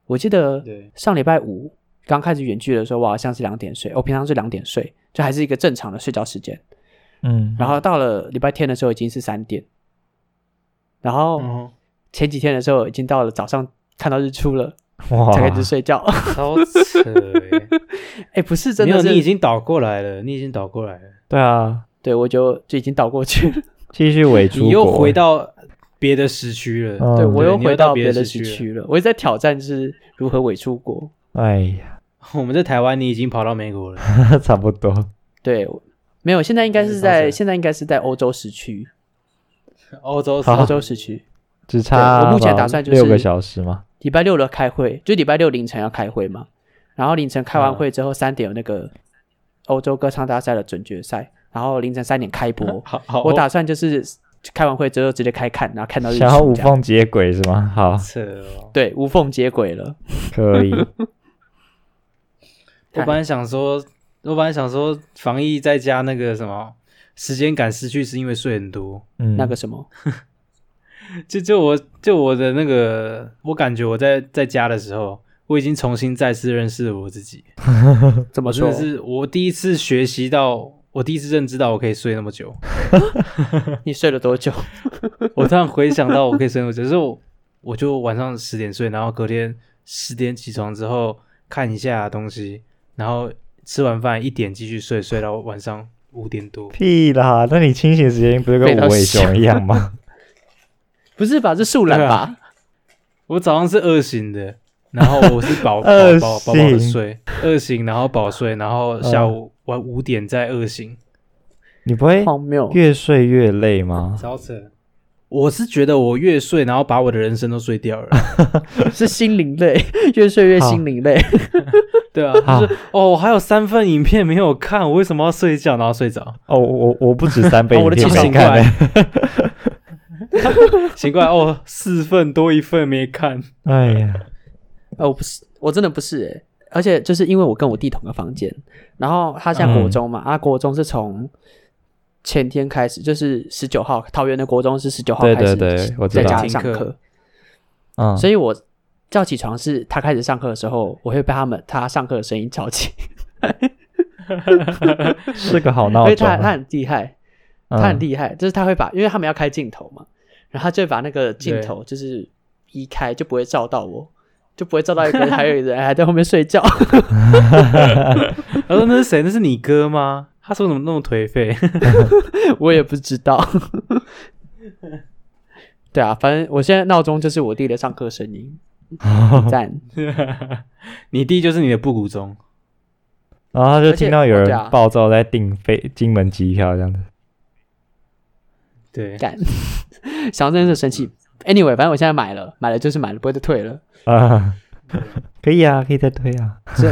Speaker 1: 我记得
Speaker 2: 对
Speaker 1: 上礼拜五刚开始远距的时候，我好像是两点睡，我哦平常是两点睡，就还是一个正常的睡觉时间。
Speaker 3: 嗯，
Speaker 1: 然后到了礼拜天的时候已经是三点，然后
Speaker 2: 哦，
Speaker 1: 前几天的时候已经到了早上看到日出了
Speaker 3: 哇，
Speaker 1: 才开始睡觉。
Speaker 2: 超扯 耶！
Speaker 1: 哎，不是真
Speaker 2: 没
Speaker 1: 的
Speaker 2: 有，
Speaker 1: 是，
Speaker 2: 你已经倒过来了，你已经倒过来了，
Speaker 3: 对啊，
Speaker 1: 对我就就已经倒过去了，
Speaker 3: 继续伪出国，
Speaker 2: 你又回到别的时区了。
Speaker 3: 嗯
Speaker 1: 对我又
Speaker 2: 哦你又
Speaker 1: 回
Speaker 2: 到
Speaker 1: 到
Speaker 2: 别
Speaker 1: 别
Speaker 2: 的
Speaker 1: 的
Speaker 2: 时
Speaker 1: 时
Speaker 2: 区了
Speaker 1: 区了。我一直在挑战就是如何伪出国。
Speaker 3: 哎呀，
Speaker 2: 我们在台湾，你已经跑到美国了。
Speaker 3: 差不多，
Speaker 1: 对，没有，现在应该是
Speaker 2: 嗯了解
Speaker 1: 在现在应该是在欧洲时区，
Speaker 2: 欧洲是，。
Speaker 3: 好
Speaker 1: 欧洲时区。
Speaker 3: 只差
Speaker 1: 我目前
Speaker 3: 吧
Speaker 1: 打算就
Speaker 3: 六个
Speaker 1: 是
Speaker 3: 小时嘛，
Speaker 1: 礼拜六的开会，就礼拜六凌晨要开会嘛。然后凌晨开完会之后，三点有那个欧洲歌唱大赛的准决赛，然后凌晨三点开播
Speaker 2: 好好，
Speaker 1: 我打算就是开完会之后直接开看，然后看到日出
Speaker 3: 想要无
Speaker 1: 这样。
Speaker 3: 缝接轨是吗？好，
Speaker 2: 扯哦。
Speaker 1: 对，无缝接轨了。
Speaker 3: 可以，
Speaker 2: 我本来想说，我本来想说，防疫在家那个什么时间感失去，是因为睡很多。
Speaker 3: 嗯，
Speaker 1: 那个什么，
Speaker 2: 就就我就我的那个，我感觉我在在家的时候，我已经重新再次认识了我自己。
Speaker 1: 怎么
Speaker 2: 我真
Speaker 1: 说
Speaker 2: 的？哦是我第一次学习到，我第一次认知到我可以睡那么久。
Speaker 1: 你睡了多久？
Speaker 2: 我突然回想到我可以睡那么久，就是我我就晚上十点睡，然后隔天十点起床之后看一下东西，然后吃完饭一点继续睡，睡到晚上五点多。
Speaker 3: 屁啦！那你清醒时间不是跟
Speaker 1: 被他
Speaker 3: 无尾
Speaker 1: 吓
Speaker 3: 熊一样吗？
Speaker 1: 不是吧？是树
Speaker 3: 啊
Speaker 1: 懒吧？
Speaker 2: 我早上是二醒的，然后我是饱饱
Speaker 3: 二
Speaker 2: 饱饱饱的
Speaker 3: 醒
Speaker 2: 睡，二醒然后饱睡，然后下午晚五点再二醒，
Speaker 3: 你不会
Speaker 1: 荒谬！
Speaker 3: 越睡越累吗？
Speaker 2: 超扯。我是觉得我越睡，然后把我的人生都睡掉了，
Speaker 1: 是心灵累， 越睡越心灵累。
Speaker 2: 对啊，
Speaker 3: 好
Speaker 2: 就是哦，我还有三份影片没有看，我为什么要睡觉，然后睡着？
Speaker 3: 哦，我我我不止三倍
Speaker 1: 哦
Speaker 3: 影
Speaker 1: 我的
Speaker 3: 片
Speaker 1: 清
Speaker 3: 没
Speaker 1: 醒
Speaker 3: 看
Speaker 2: 怪
Speaker 3: 嘞、
Speaker 2: 奇怪哦，四份多一份没看，
Speaker 3: 哎呀，
Speaker 1: 呃，我不是，我真的不是、欸。而且就是因为我跟我弟同个房间，然后他像国中嘛，
Speaker 3: 嗯
Speaker 1: 啊，国中是从前天开始，就是十九号，桃园的国中是十九号
Speaker 3: 对
Speaker 1: 开始
Speaker 3: 对对我知
Speaker 1: 在
Speaker 3: 道
Speaker 1: 家上
Speaker 2: 停课
Speaker 1: 课，
Speaker 3: 嗯，
Speaker 1: 所以我叫起床是他开始上课的时候，我会被他们他上课的声音吵起，
Speaker 3: 是个 好
Speaker 1: 因
Speaker 3: 闹
Speaker 1: 为
Speaker 3: 钟
Speaker 1: 他他
Speaker 3: 啊。
Speaker 1: 很厉害，
Speaker 3: 嗯
Speaker 1: 他很厉害，就是他会把，因为他们要开镜头嘛，然后他就会把那个镜
Speaker 2: 对
Speaker 1: 头就是移开，就不会照到我，就不会照到一个人还有一个人还在后面睡觉。
Speaker 2: 他说那是谁？那是你哥吗？他说怎么那么颓废？
Speaker 1: 我也不知道。 对啊，反正我现在闹钟就是我弟的上课声 音，赞。
Speaker 2: 你弟就是你的布谷钟，
Speaker 3: 然后他就
Speaker 1: 而且
Speaker 3: 听到有
Speaker 1: 哦
Speaker 3: 人
Speaker 1: 对啊
Speaker 3: 暴躁在订飞金门机票这样子。
Speaker 2: 对，
Speaker 1: 想到这件事生气。Anyway，反正我现在买了，买了就是买了，不会再退了。
Speaker 3: 啊，可以啊，可以再推啊。
Speaker 1: 这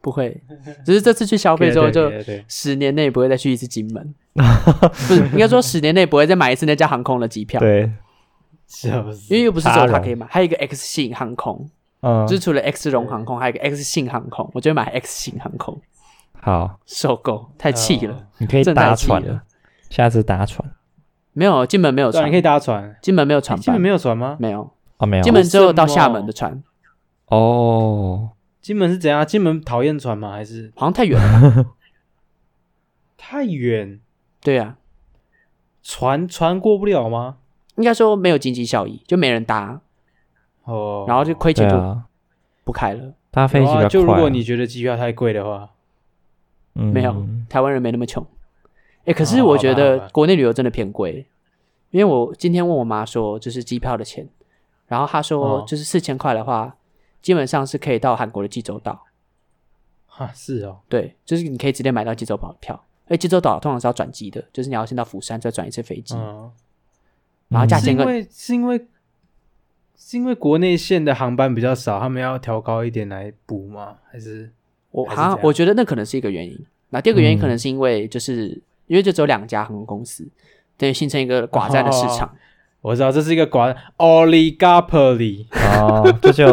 Speaker 1: 不会，只是这次去消费之后，就
Speaker 2: 对对
Speaker 1: 十年内不会再去一次金 门，不是应该说十年内不会再买一次那家航空的机票，
Speaker 3: 对，
Speaker 2: 笑死
Speaker 1: 因为又不是只有
Speaker 3: 差
Speaker 1: 它
Speaker 3: 了
Speaker 1: 可以买，还有一个 X 信航空，
Speaker 3: 嗯
Speaker 1: 就是，除了 X 荣航空，还有一个 X 信航空，我觉得买 X 信航空
Speaker 3: 好，
Speaker 1: 受够，太气了。
Speaker 2: 哦
Speaker 3: 你可以
Speaker 1: 真的太
Speaker 3: 搭
Speaker 1: 气
Speaker 3: 船
Speaker 1: 了
Speaker 3: 了，下次搭船
Speaker 1: 没有，金门没有
Speaker 2: 对啊，
Speaker 1: 船
Speaker 2: 你可，以搭船。
Speaker 1: 金门没有船
Speaker 2: 金
Speaker 1: 班，
Speaker 2: 门没有船吗？
Speaker 1: 没有，
Speaker 3: 哦，没有
Speaker 1: 金门只有到厦门的船，
Speaker 3: 哦，
Speaker 2: 金门是怎样？金门讨厌船吗？还是
Speaker 1: 好像太远了吧。
Speaker 2: 太远？
Speaker 1: 对啊，
Speaker 2: 船船过不了吗？
Speaker 1: 应该说没有经济效益，就没人搭，
Speaker 2: 哦，
Speaker 1: 然后就亏
Speaker 3: 对
Speaker 1: 钱就
Speaker 3: 啊，
Speaker 1: 不开了。
Speaker 3: 搭飞
Speaker 2: 有
Speaker 3: 机比
Speaker 2: 啊
Speaker 3: 较快啊。
Speaker 2: 就如果你觉得机票太贵的话，
Speaker 3: 嗯
Speaker 1: 没有，台湾人没那么穷。哎，可是
Speaker 2: 哦
Speaker 1: 我觉
Speaker 2: 好吧好
Speaker 1: 得
Speaker 2: 吧
Speaker 1: 国内旅游真的偏贵，因为我今天问我妈说，就是机票的钱，然后她说
Speaker 2: 哦
Speaker 1: 就是四千块的话，基本上是可以到韩国的济州岛，
Speaker 2: 哈是哦，
Speaker 1: 对，就是你可以直接买到济州岛的票。哎，济州岛通常是要转机的，就是你要先到釜山再转一次飞机，
Speaker 2: 嗯，
Speaker 1: 然后价
Speaker 2: 是
Speaker 1: 钱
Speaker 2: 因
Speaker 1: 跟
Speaker 2: 为是因为是因为国内线的航班比较少，他们要调高一点来补吗？还是
Speaker 1: 我
Speaker 2: 还是
Speaker 1: 好像
Speaker 2: 这样
Speaker 1: 我觉得那可能是一个原因。那第二个原因
Speaker 3: 嗯
Speaker 1: 可能是因为就是、因为就只有两家航空公司，等于形成一个寡占的市场。
Speaker 2: 哦我知道这是一个寡 oligopoly，
Speaker 3: 哦，这就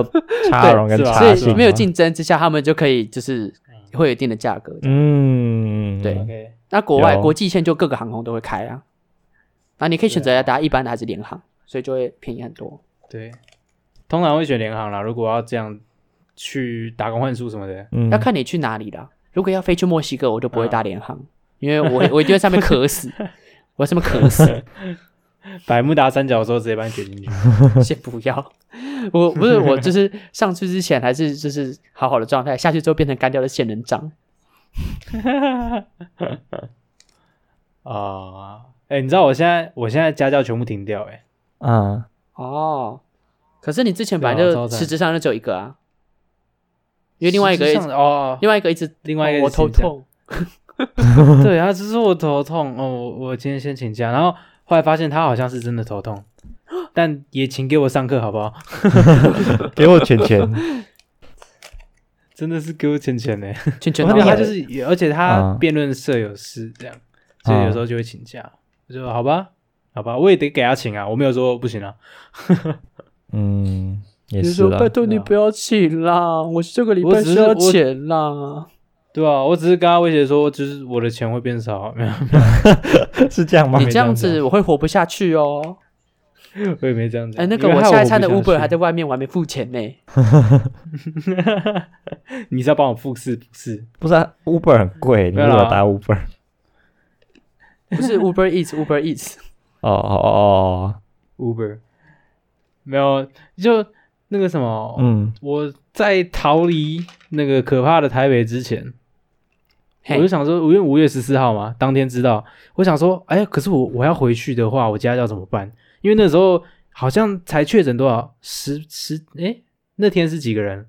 Speaker 3: 插绒跟
Speaker 2: 是吧
Speaker 3: 插
Speaker 1: 所
Speaker 3: 性
Speaker 1: 以没有
Speaker 3: 嘛，
Speaker 1: 竞争之下，他们就可以就是会有一定的价格。
Speaker 3: 嗯，
Speaker 1: 对
Speaker 2: OK，
Speaker 1: 那国外
Speaker 3: 有
Speaker 1: 国际线就各个航空都会开啊，啊，你可以选择要搭一般的还是联航，所以就会便宜很多。
Speaker 2: 对，通常会选联航啦。如果要这样去打工换宿什么的，
Speaker 3: 嗯，
Speaker 1: 要看你去哪里啦。如果要飞去墨西哥，我就不会
Speaker 2: 嗯
Speaker 1: 搭联航，因为我我一定会在上面渴 死，我在上面渴死。
Speaker 2: 百慕达三角洲直接把你卷进去。
Speaker 1: 先不要。我不是我，就是上去之前还是就是好好的状态，下去之后变成干掉的仙人掌。
Speaker 2: 啊，哎、你知道我现在我现在家教全部停掉、欸，哎，
Speaker 3: 嗯，
Speaker 1: 哦，可是你之前本来
Speaker 2: 对啊
Speaker 1: 就
Speaker 2: 超赞
Speaker 1: 实质上就只有一个啊，因为另外一个一直
Speaker 2: 哦，
Speaker 1: 另外一个一直
Speaker 2: 另外一个
Speaker 1: 哦我
Speaker 2: 是
Speaker 1: 头
Speaker 2: 请假
Speaker 1: 痛，
Speaker 2: 对啊，只是我头痛哦，我我今天先请假，然后后来发现他好像是真的头痛，但也请给我上课好不好？
Speaker 3: 给我钱钱，
Speaker 2: 真的是给我钱钱呢、
Speaker 1: 全全
Speaker 2: 没
Speaker 1: 都
Speaker 2: 有，他
Speaker 1: 有
Speaker 2: 就是，而且他
Speaker 1: 啊
Speaker 3: 嗯
Speaker 2: 辩论社有事这样，所以有时候就会请假。我就说好吧，好吧，我也得给他请啊，我没有说不行啊。
Speaker 3: 嗯，也
Speaker 1: 就是说
Speaker 3: 啦
Speaker 1: 拜。托你
Speaker 2: 对啊
Speaker 1: 不要请啦，我这个礼
Speaker 2: 我
Speaker 1: 拜
Speaker 2: 只
Speaker 1: 需
Speaker 2: 是
Speaker 1: 要
Speaker 2: 我
Speaker 1: 钱啦。
Speaker 2: 对啊，我只是跟他威胁说，就是我的钱会变少，啊没有，
Speaker 3: 是这样吗
Speaker 1: 你？
Speaker 2: 没
Speaker 1: 这
Speaker 2: 这
Speaker 1: 样
Speaker 2: 样讲
Speaker 1: 子我会活不下去哦。
Speaker 2: 我也没这样讲。
Speaker 1: 哎，那个
Speaker 2: 啊因为
Speaker 1: 我
Speaker 2: 害
Speaker 1: 下一餐的
Speaker 2: 不相
Speaker 1: Uber 还在
Speaker 2: 信，
Speaker 1: 外面，我还没付钱呢。
Speaker 2: 你是要帮我付是不是？
Speaker 3: 不是啊，Uber 很贵，你
Speaker 2: 对
Speaker 3: 为
Speaker 2: 啊
Speaker 3: 什么打 Uber？
Speaker 1: 不 是 Uber Eats，Uber Eats。
Speaker 3: 哦哦哦哦，
Speaker 2: Uber，没有，就那个什么
Speaker 3: 哦，嗯，
Speaker 2: 我在逃离那个可怕的台北之前，我
Speaker 1: 嘿
Speaker 2: 就想说，因为五月十四号嘛，当天知道，我想说，哎，可是我我要回去的话，我家要怎么办？因为那时候好像才确诊多少十十，哎，那天是几个人？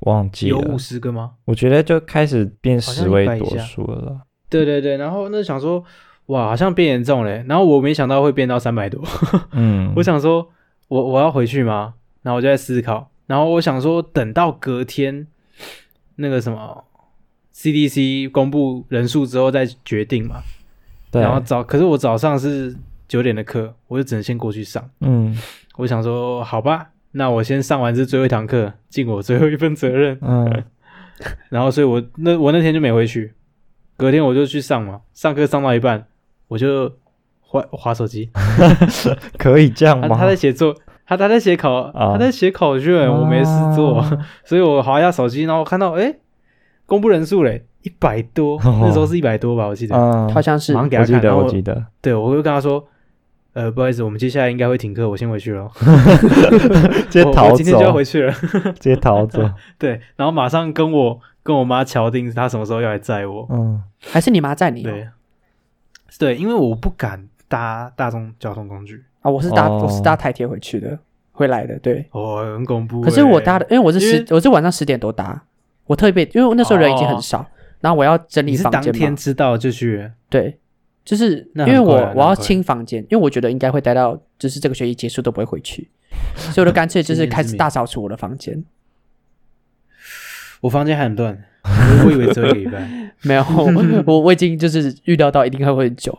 Speaker 3: 忘记
Speaker 2: 有五
Speaker 3: 了。
Speaker 2: 十个吗？
Speaker 3: 我觉得就开始变
Speaker 2: 好像
Speaker 3: 十位
Speaker 2: 100以
Speaker 3: 多
Speaker 2: 下
Speaker 3: 数了 啦。
Speaker 2: 对对对，然后那想说，哇，好像变严重嘞，然后我没想到会变到三百多。
Speaker 3: 嗯，
Speaker 2: 我想说，我我要回去吗？然后我就在思考，然后我想说，等到隔天那个什么 CDC 公布人数之后再决定嘛。
Speaker 3: 对，
Speaker 2: 然后早，可是我早上是九点的课，我就只能先过去上。
Speaker 3: 嗯
Speaker 2: 我想说，好吧，那我先上完这最后一堂课，尽我最后一份责任。
Speaker 3: 嗯，
Speaker 2: 然后所以我那我那天就没回去，隔天我就去上嘛，上课上到一半我就划划手 机，
Speaker 3: 可以这样
Speaker 2: 他
Speaker 3: 吗？
Speaker 2: 他在写作，他他在写考，
Speaker 3: 啊
Speaker 2: 他在写考卷，我没事做，
Speaker 3: 啊
Speaker 2: 所以我划一下手机，然后我看到哎，公布人数嘞，一百多，
Speaker 3: 哦
Speaker 2: 那时候是一百多吧，我记得，
Speaker 3: 嗯，
Speaker 1: 好像是
Speaker 2: 马上给
Speaker 3: 我
Speaker 2: 他
Speaker 3: 记
Speaker 2: 看，然
Speaker 3: 得，
Speaker 2: 后
Speaker 3: 我
Speaker 2: 我
Speaker 3: 记得，
Speaker 2: 对我就跟他说。呃，不好意思，我们接下来应该会停课，我先回去了。
Speaker 3: 直接
Speaker 2: 我
Speaker 3: 逃
Speaker 2: 我今天就要
Speaker 3: 走
Speaker 2: 回，去了。
Speaker 3: 直接 逃走。
Speaker 2: 对，然后马上跟我跟我妈敲定她什么时候要来载我。
Speaker 1: 哦
Speaker 3: 嗯，
Speaker 1: 还是你妈载你哦？
Speaker 2: 对，对，因为我不敢搭大众交通工具，
Speaker 1: 啊，我是搭
Speaker 3: 哦
Speaker 1: 我是搭台铁回去的，回来的。对，
Speaker 2: 哦，很恐怖欸、
Speaker 1: 可是我搭的，因为我是
Speaker 2: 因为哦
Speaker 1: 十，我是晚上十点多搭，我特别，因为我那时候人已经很少，然后我要整理
Speaker 2: 你是
Speaker 1: 房
Speaker 2: 当
Speaker 1: 间
Speaker 2: 天
Speaker 1: 嘛，
Speaker 2: 知道就去，
Speaker 1: 对，就是
Speaker 2: 那
Speaker 1: 因
Speaker 2: 很
Speaker 1: 为我
Speaker 2: 快啊
Speaker 1: 我要
Speaker 2: 那很快
Speaker 1: 清房间，因为我觉得应该会待到就是这个学期结束都不会回去，所以我就干脆就
Speaker 2: 经
Speaker 1: 是
Speaker 2: 验之
Speaker 1: 开始
Speaker 2: 明
Speaker 1: 大扫除我的房间，
Speaker 2: 我房间还很乱，我我以为只有一个礼拜，
Speaker 1: 没有，我我已经就是预料到一定会很久，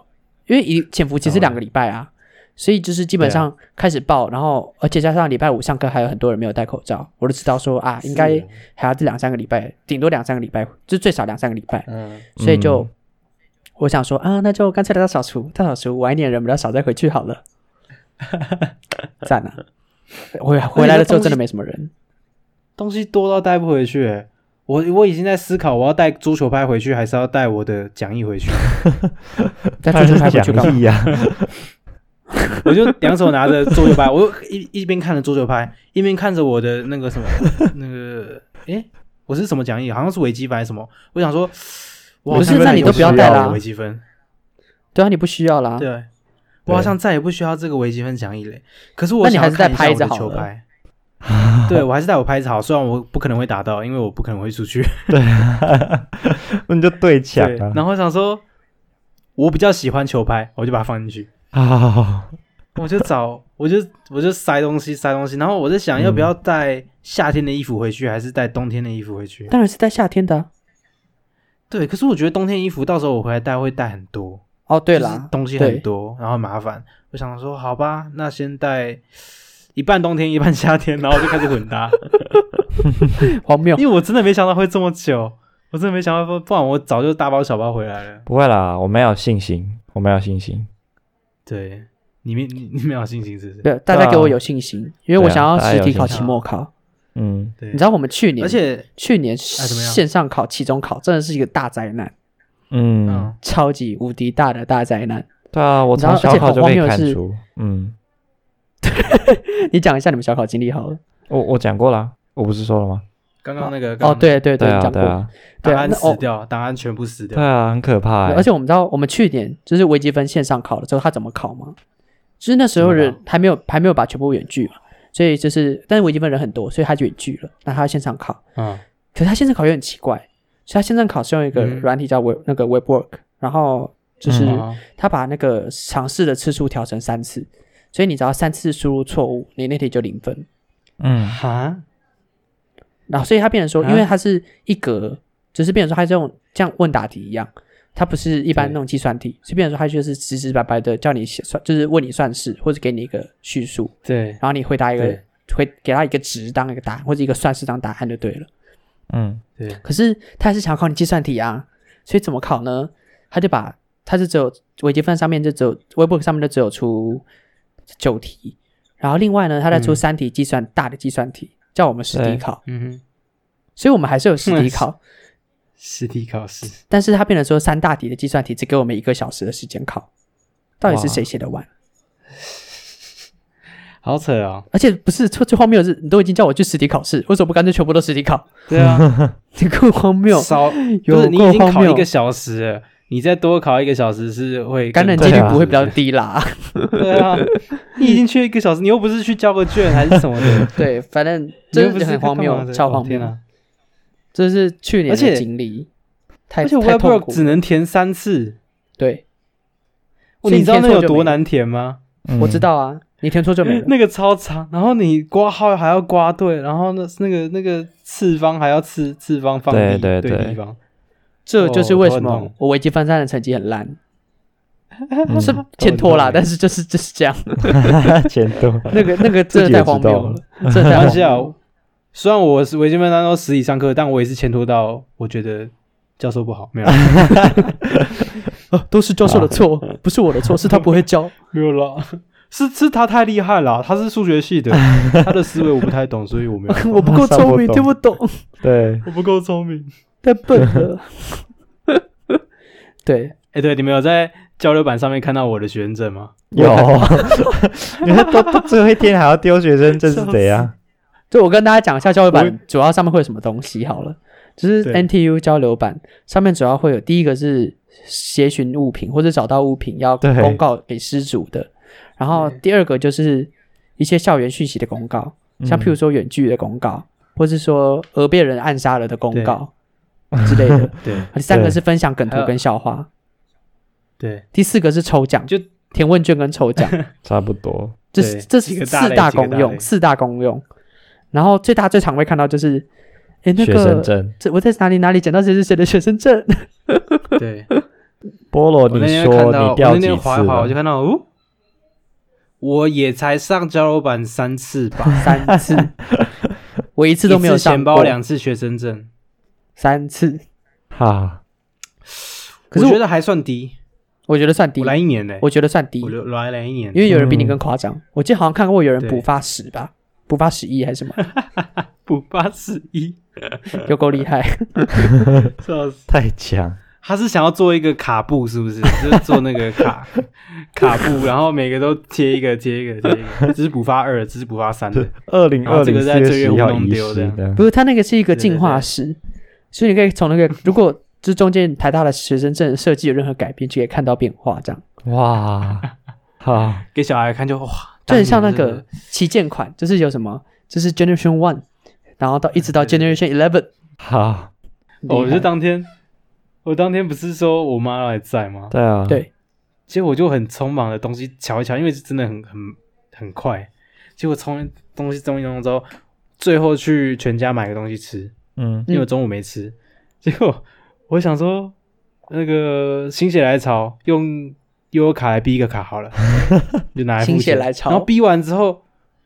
Speaker 1: 因为一潜伏期是两个礼拜啊，所以就是基本
Speaker 2: 啊
Speaker 1: 上开始报，然后而且加上礼拜五上课还有很多人没有戴口罩，我就知道说啊， 应该
Speaker 2: 是哦
Speaker 1: 还要这两三个礼拜，顶多两三个礼拜，就最少两三个礼拜，
Speaker 2: 嗯，
Speaker 1: 所以就、
Speaker 3: 嗯
Speaker 1: 我想说啊，那就干脆来到扫除，大扫除晚一点人比较少再回去好了， 赞 啊！回回来的时候真的没什么人，
Speaker 2: 东西多到带不回去欸、我我已经在思考，我要带桌球拍回去，还是要带我的讲义回去？
Speaker 1: 但就是
Speaker 3: 他
Speaker 1: 拍回去干
Speaker 3: 讲
Speaker 1: 嘛？
Speaker 3: 义 呀，
Speaker 2: 我就两手拿着桌球拍，我就一一边看着桌球拍，一边看着我的那个什么那个，诶、我是什么讲义？好像是微积分还是什么？我想说，我好像
Speaker 1: 不是那你都不要带啦
Speaker 2: 微积分。
Speaker 1: 对啊，你不需要啦。
Speaker 2: 对，我好像再也不需要这个微积分讲义嘞。可是我
Speaker 1: 那你
Speaker 2: 想
Speaker 1: 还
Speaker 2: 要
Speaker 1: 是带
Speaker 2: 看一下
Speaker 1: 拍子
Speaker 2: 我的
Speaker 1: 好
Speaker 2: 球
Speaker 1: 了
Speaker 2: 拍。对，我还是带我拍子好，虽然我不可能会打到，因为我不可能会出去。
Speaker 3: 那你就对抢
Speaker 2: 对，
Speaker 3: 啊
Speaker 2: 然后我想说，我比较喜欢球拍，我就把它放进去，
Speaker 3: 啊！
Speaker 2: 我就找，我就我就塞东西塞东西，然后我在想要不
Speaker 1: 嗯
Speaker 2: 要带夏天的衣服回去，还是带冬天的衣服回去？
Speaker 1: 当然是在夏天的啊、
Speaker 2: 对，可是我觉得冬天衣服到时候我回来带会带很多，
Speaker 1: 哦，对
Speaker 2: 就是
Speaker 1: 啦，
Speaker 2: 东西
Speaker 1: 对
Speaker 2: 很多，然后很麻烦。我想说，好吧，那先带一半冬天，一半夏天，然后就开始混搭，
Speaker 1: 荒谬。
Speaker 2: 因为我真的没想到会这么久，我真的没想到，不然我早就大包小包回来了。
Speaker 3: 不会啦，我们要有信心，我们要有信心。
Speaker 2: 对，你没你你没有信心是不是？
Speaker 1: 对，大
Speaker 3: 对
Speaker 1: 家
Speaker 3: 啊
Speaker 1: 给我有信心，因为我
Speaker 3: 对啊
Speaker 1: 想要
Speaker 3: 大家
Speaker 1: 实
Speaker 3: 有
Speaker 1: 体
Speaker 3: 信
Speaker 1: 考、
Speaker 2: 心
Speaker 1: 期末考。
Speaker 3: 嗯，
Speaker 2: 对，
Speaker 1: 你知道我们去年，
Speaker 2: 而且哎
Speaker 1: 去年
Speaker 2: 怎么样
Speaker 1: 线上考、期中考真的是一个大灾难，
Speaker 3: 嗯，
Speaker 2: 嗯，
Speaker 1: 超级无敌大的大灾难。
Speaker 3: 对啊，我
Speaker 1: 你知道
Speaker 3: 从小
Speaker 1: 而且
Speaker 3: 考
Speaker 1: 很
Speaker 3: 就可
Speaker 1: 荒
Speaker 3: 以
Speaker 1: 谬的
Speaker 3: 看
Speaker 1: 是
Speaker 3: 出，嗯，
Speaker 1: 你讲一下你们小考经历好了。
Speaker 3: 我我讲过啦，我不是说了吗？
Speaker 2: 刚刚那个
Speaker 1: 哦，，对对
Speaker 3: 对
Speaker 1: 你
Speaker 3: 啊，
Speaker 1: 讲
Speaker 3: 对
Speaker 1: 过。
Speaker 3: 啊，
Speaker 1: 对
Speaker 2: 档
Speaker 1: 啊
Speaker 2: 案
Speaker 1: 那
Speaker 2: 死
Speaker 1: 哦
Speaker 2: 掉，档案全部死
Speaker 3: 对
Speaker 2: 掉，
Speaker 3: 啊，很可怕
Speaker 2: 哎
Speaker 3: 欸。
Speaker 1: 而且我们知道，我们去年就是微积分线上考的时候，他怎么考吗？就是那时候
Speaker 2: 怎
Speaker 1: 人
Speaker 2: 么
Speaker 1: 还没有还没有把全部远距嘛，所以就是，但是微积分人很多，所以他就远距了。那他要线上考，
Speaker 2: 嗯，
Speaker 1: 可是他线上考又很奇怪，所以他线上考是用一个
Speaker 2: 嗯
Speaker 1: 软体叫 Web、那个 WebWork，然后就是
Speaker 3: 嗯
Speaker 2: 哦
Speaker 1: 他把那个尝试的次数调成三次，所以你只要三次输入错误，你那题就零分。
Speaker 3: 嗯
Speaker 2: 哈，
Speaker 1: 然后所以它变成说，
Speaker 2: 啊
Speaker 1: 因为它是一格，就是变成说它这种像问答题一样，它不是一般
Speaker 2: 对
Speaker 1: 那种计算题，所以变成说它就是直直白白的叫你写算，就是问你算式或者给你一个叙述，
Speaker 2: 对
Speaker 1: 然后你回答一个
Speaker 2: 对
Speaker 1: 会给他一个值当一个答案，或者一个算式当答案就对了。
Speaker 3: 嗯
Speaker 2: 对，
Speaker 1: 可是他还是想要考你计算题啊，所以怎么考呢？他就把他就只有微积分上面就只有微 b o o 上面就只有出九题，然后另外呢，他再出
Speaker 2: 嗯
Speaker 1: 三题计算、大的计算题，叫我们实体
Speaker 3: 对
Speaker 1: 考，
Speaker 2: 嗯哼，
Speaker 1: 所以我们还是有 实体考，
Speaker 2: 实体考试，
Speaker 1: 但是他变成说三大题的计算题只给我们一个小时的时间考，到底是
Speaker 3: 哇
Speaker 1: 谁写的完？
Speaker 2: 好扯哦。
Speaker 1: 而且不是最最荒谬的是，你都已经叫我去实体考试，为什么不干脆全部都实体考？
Speaker 2: 对啊，
Speaker 1: 这更荒谬，
Speaker 2: 少
Speaker 1: 有
Speaker 2: 不是你已经
Speaker 1: 够荒
Speaker 2: 考
Speaker 1: 谬
Speaker 2: 一个小时了，你再多考一个小时是会
Speaker 1: 感
Speaker 2: 更
Speaker 1: 染几率
Speaker 3: 对啊
Speaker 1: 不会比较低啦。
Speaker 2: 对啊， 你已经去一个小时，你又不是去交个卷还是什么 的，
Speaker 1: 对，反正
Speaker 2: 你又
Speaker 1: 真
Speaker 2: 不
Speaker 1: 的
Speaker 2: 是
Speaker 1: 很荒
Speaker 2: 干嘛
Speaker 1: 谬，
Speaker 2: 的
Speaker 1: 超
Speaker 2: 哦
Speaker 1: 荒
Speaker 2: 天
Speaker 1: 谬。
Speaker 2: 啊！
Speaker 1: 这是去年
Speaker 2: 而且
Speaker 1: 的经历，太
Speaker 2: 而且
Speaker 1: 太痛
Speaker 2: Webwork
Speaker 1: 苦
Speaker 2: 只
Speaker 1: 了。
Speaker 2: 能填三次，
Speaker 1: 对，
Speaker 2: 哦
Speaker 1: 所以
Speaker 2: 你
Speaker 1: 你
Speaker 2: 知道
Speaker 1: 填
Speaker 2: 那
Speaker 1: 错
Speaker 2: 有
Speaker 1: 就
Speaker 2: 多
Speaker 1: 没
Speaker 2: 难填吗？
Speaker 3: 嗯
Speaker 1: 我知，道啊，你填错就没了。
Speaker 2: 那个超长，然后你刮号还要刮对，然后那那个那个次方还要次次方放
Speaker 3: 对
Speaker 2: 立
Speaker 3: 对
Speaker 2: 对
Speaker 3: 对
Speaker 2: 立方，
Speaker 1: 这就是
Speaker 2: 哦
Speaker 1: 为
Speaker 2: 头
Speaker 1: 什
Speaker 2: 很
Speaker 1: 么
Speaker 2: 痛
Speaker 1: 我微积分三的成绩很烂，
Speaker 3: 嗯
Speaker 1: 是欠拖啦，
Speaker 2: 痛
Speaker 1: 但是就是就是这样。
Speaker 3: 钱多，
Speaker 1: 那个那个真的
Speaker 3: 己
Speaker 1: 太
Speaker 3: 也知
Speaker 1: 荒谬
Speaker 3: 道
Speaker 1: 了，真的
Speaker 2: 没
Speaker 1: 太
Speaker 2: 关
Speaker 1: 荒
Speaker 2: 系啊
Speaker 1: 谬了。
Speaker 2: 虽然我是微积分三都实体上课，但我也是牵拖到我觉得教授不好，没有 啦
Speaker 1: 啊都是教授的错，
Speaker 2: 啊
Speaker 1: 不是我的错，是他不会 教。
Speaker 2: 没有啦，是是他太厉害了，他是数学系 的，他的思维我不太懂，所以我没 有
Speaker 1: 我不够
Speaker 3: 上
Speaker 1: 聪
Speaker 3: 不
Speaker 1: 明，
Speaker 3: 懂
Speaker 1: 听不懂。
Speaker 3: 对，
Speaker 2: 我不够聪明。
Speaker 1: 太笨了。 对，
Speaker 2: 哎、对，你们有在交流版上面看到我的学生证吗？
Speaker 3: 有， 你看都都最后一天还要丢学生证是怎样？
Speaker 1: 就我跟大家讲一下交流
Speaker 2: 我
Speaker 1: 版主要上面会有什么东西好了，就是
Speaker 2: 对
Speaker 1: NTU 交流版上面主要会有第一个是协寻物品或者找到物品要
Speaker 3: 对
Speaker 1: 公告给失主的，然后
Speaker 2: 对
Speaker 1: 第二个就是一些校园讯息的公告，
Speaker 2: 嗯
Speaker 3: 嗯
Speaker 1: 像譬如说远距的公告，或是说俄被人暗杀了的公
Speaker 2: 对
Speaker 1: 告之类 的。
Speaker 2: 对
Speaker 1: 第三个
Speaker 3: 对
Speaker 1: 是分享梗图
Speaker 2: 还有
Speaker 1: 跟笑话，
Speaker 2: 对，
Speaker 1: 第四个是抽奖，
Speaker 2: 就
Speaker 1: 填问卷跟 抽奖。
Speaker 3: 差不多，
Speaker 1: 这
Speaker 2: 对
Speaker 1: 是这
Speaker 2: 几
Speaker 1: 是
Speaker 2: 个
Speaker 1: 四
Speaker 2: 大类
Speaker 1: 大
Speaker 2: 几个
Speaker 1: 公
Speaker 2: 大类
Speaker 1: 用，四大公用。然后最大最常会看到就是，哎，那
Speaker 3: 学生
Speaker 1: 个
Speaker 3: 证。
Speaker 1: 这我在哪里哪里捡到谁是谁的学生证？
Speaker 2: 对，
Speaker 3: 菠萝，
Speaker 2: 我那
Speaker 3: 你
Speaker 2: 天看
Speaker 3: 说
Speaker 2: 到，
Speaker 3: 你
Speaker 2: 我
Speaker 3: 掉
Speaker 2: 那
Speaker 3: 几
Speaker 2: 天
Speaker 3: 次
Speaker 2: 滑一滑，我就
Speaker 3: 了？
Speaker 2: 看到哦，我也才上交流版三次吧，
Speaker 1: 三次， 我一次
Speaker 2: 这
Speaker 1: 都没有上
Speaker 2: 钱包
Speaker 1: 过
Speaker 2: 两次学生证，
Speaker 1: 三次，
Speaker 3: 哈，
Speaker 1: 可是
Speaker 2: 我
Speaker 1: 我
Speaker 2: 觉得还算低，
Speaker 1: 我觉得算低
Speaker 2: 我，来一年呢、
Speaker 1: 我觉得算低，
Speaker 2: 我
Speaker 1: 因
Speaker 2: 来来一年，
Speaker 1: 为有人比你
Speaker 3: 嗯
Speaker 1: 更夸张。我记得好像看过有人
Speaker 2: 对
Speaker 1: 补发十吧，补发十一还是什么，
Speaker 2: 补八十一，
Speaker 1: 有够厉害。
Speaker 2: 笑死！
Speaker 3: 太强，
Speaker 2: 他是想要做一个卡布，是不是？ 就是做那个卡卡布，然后每个都贴一个，贴一个，贴一个，只是补发二，只是补发三的。
Speaker 3: 二零
Speaker 2: 然
Speaker 3: 二
Speaker 2: 后这
Speaker 3: 零
Speaker 2: 个
Speaker 3: 四
Speaker 2: 在
Speaker 3: 月
Speaker 2: 最
Speaker 3: 十
Speaker 2: 月
Speaker 3: 一号
Speaker 2: 糊弄
Speaker 3: 遗
Speaker 2: 丢
Speaker 3: 失
Speaker 2: 的
Speaker 3: 的，
Speaker 1: 不是，它那个是一个
Speaker 2: 对对
Speaker 1: 进化
Speaker 2: 嗯对
Speaker 1: 石，所以你可以从那 个如果这中间台大的学生证设计有任何改变，就可以看到变化这样。
Speaker 3: 哇，哈，
Speaker 2: 给小孩看就哇，
Speaker 1: 就很
Speaker 2: 当
Speaker 1: 像那
Speaker 2: 年真的
Speaker 1: 个旗舰款，就是有什么，就是 Generation One，然后到一直到
Speaker 2: 嗯对
Speaker 1: Generation Eleven，
Speaker 3: 好，
Speaker 2: 哦我
Speaker 1: 厉害
Speaker 2: 就当天，我当天不是说我妈来在吗？
Speaker 3: 对啊，
Speaker 1: 对，
Speaker 2: 结果我就很匆忙的东西瞧一瞧，因为真的很很很快。结果从东西东一弄之后，最后去全家买个东西吃，
Speaker 3: 嗯，
Speaker 2: 因为我中午没吃。结果我想说，那个心血来潮用悠游卡来逼一个卡 好了，就拿来付
Speaker 1: 心血
Speaker 2: 钱
Speaker 1: 来潮
Speaker 2: 然后逼完之后，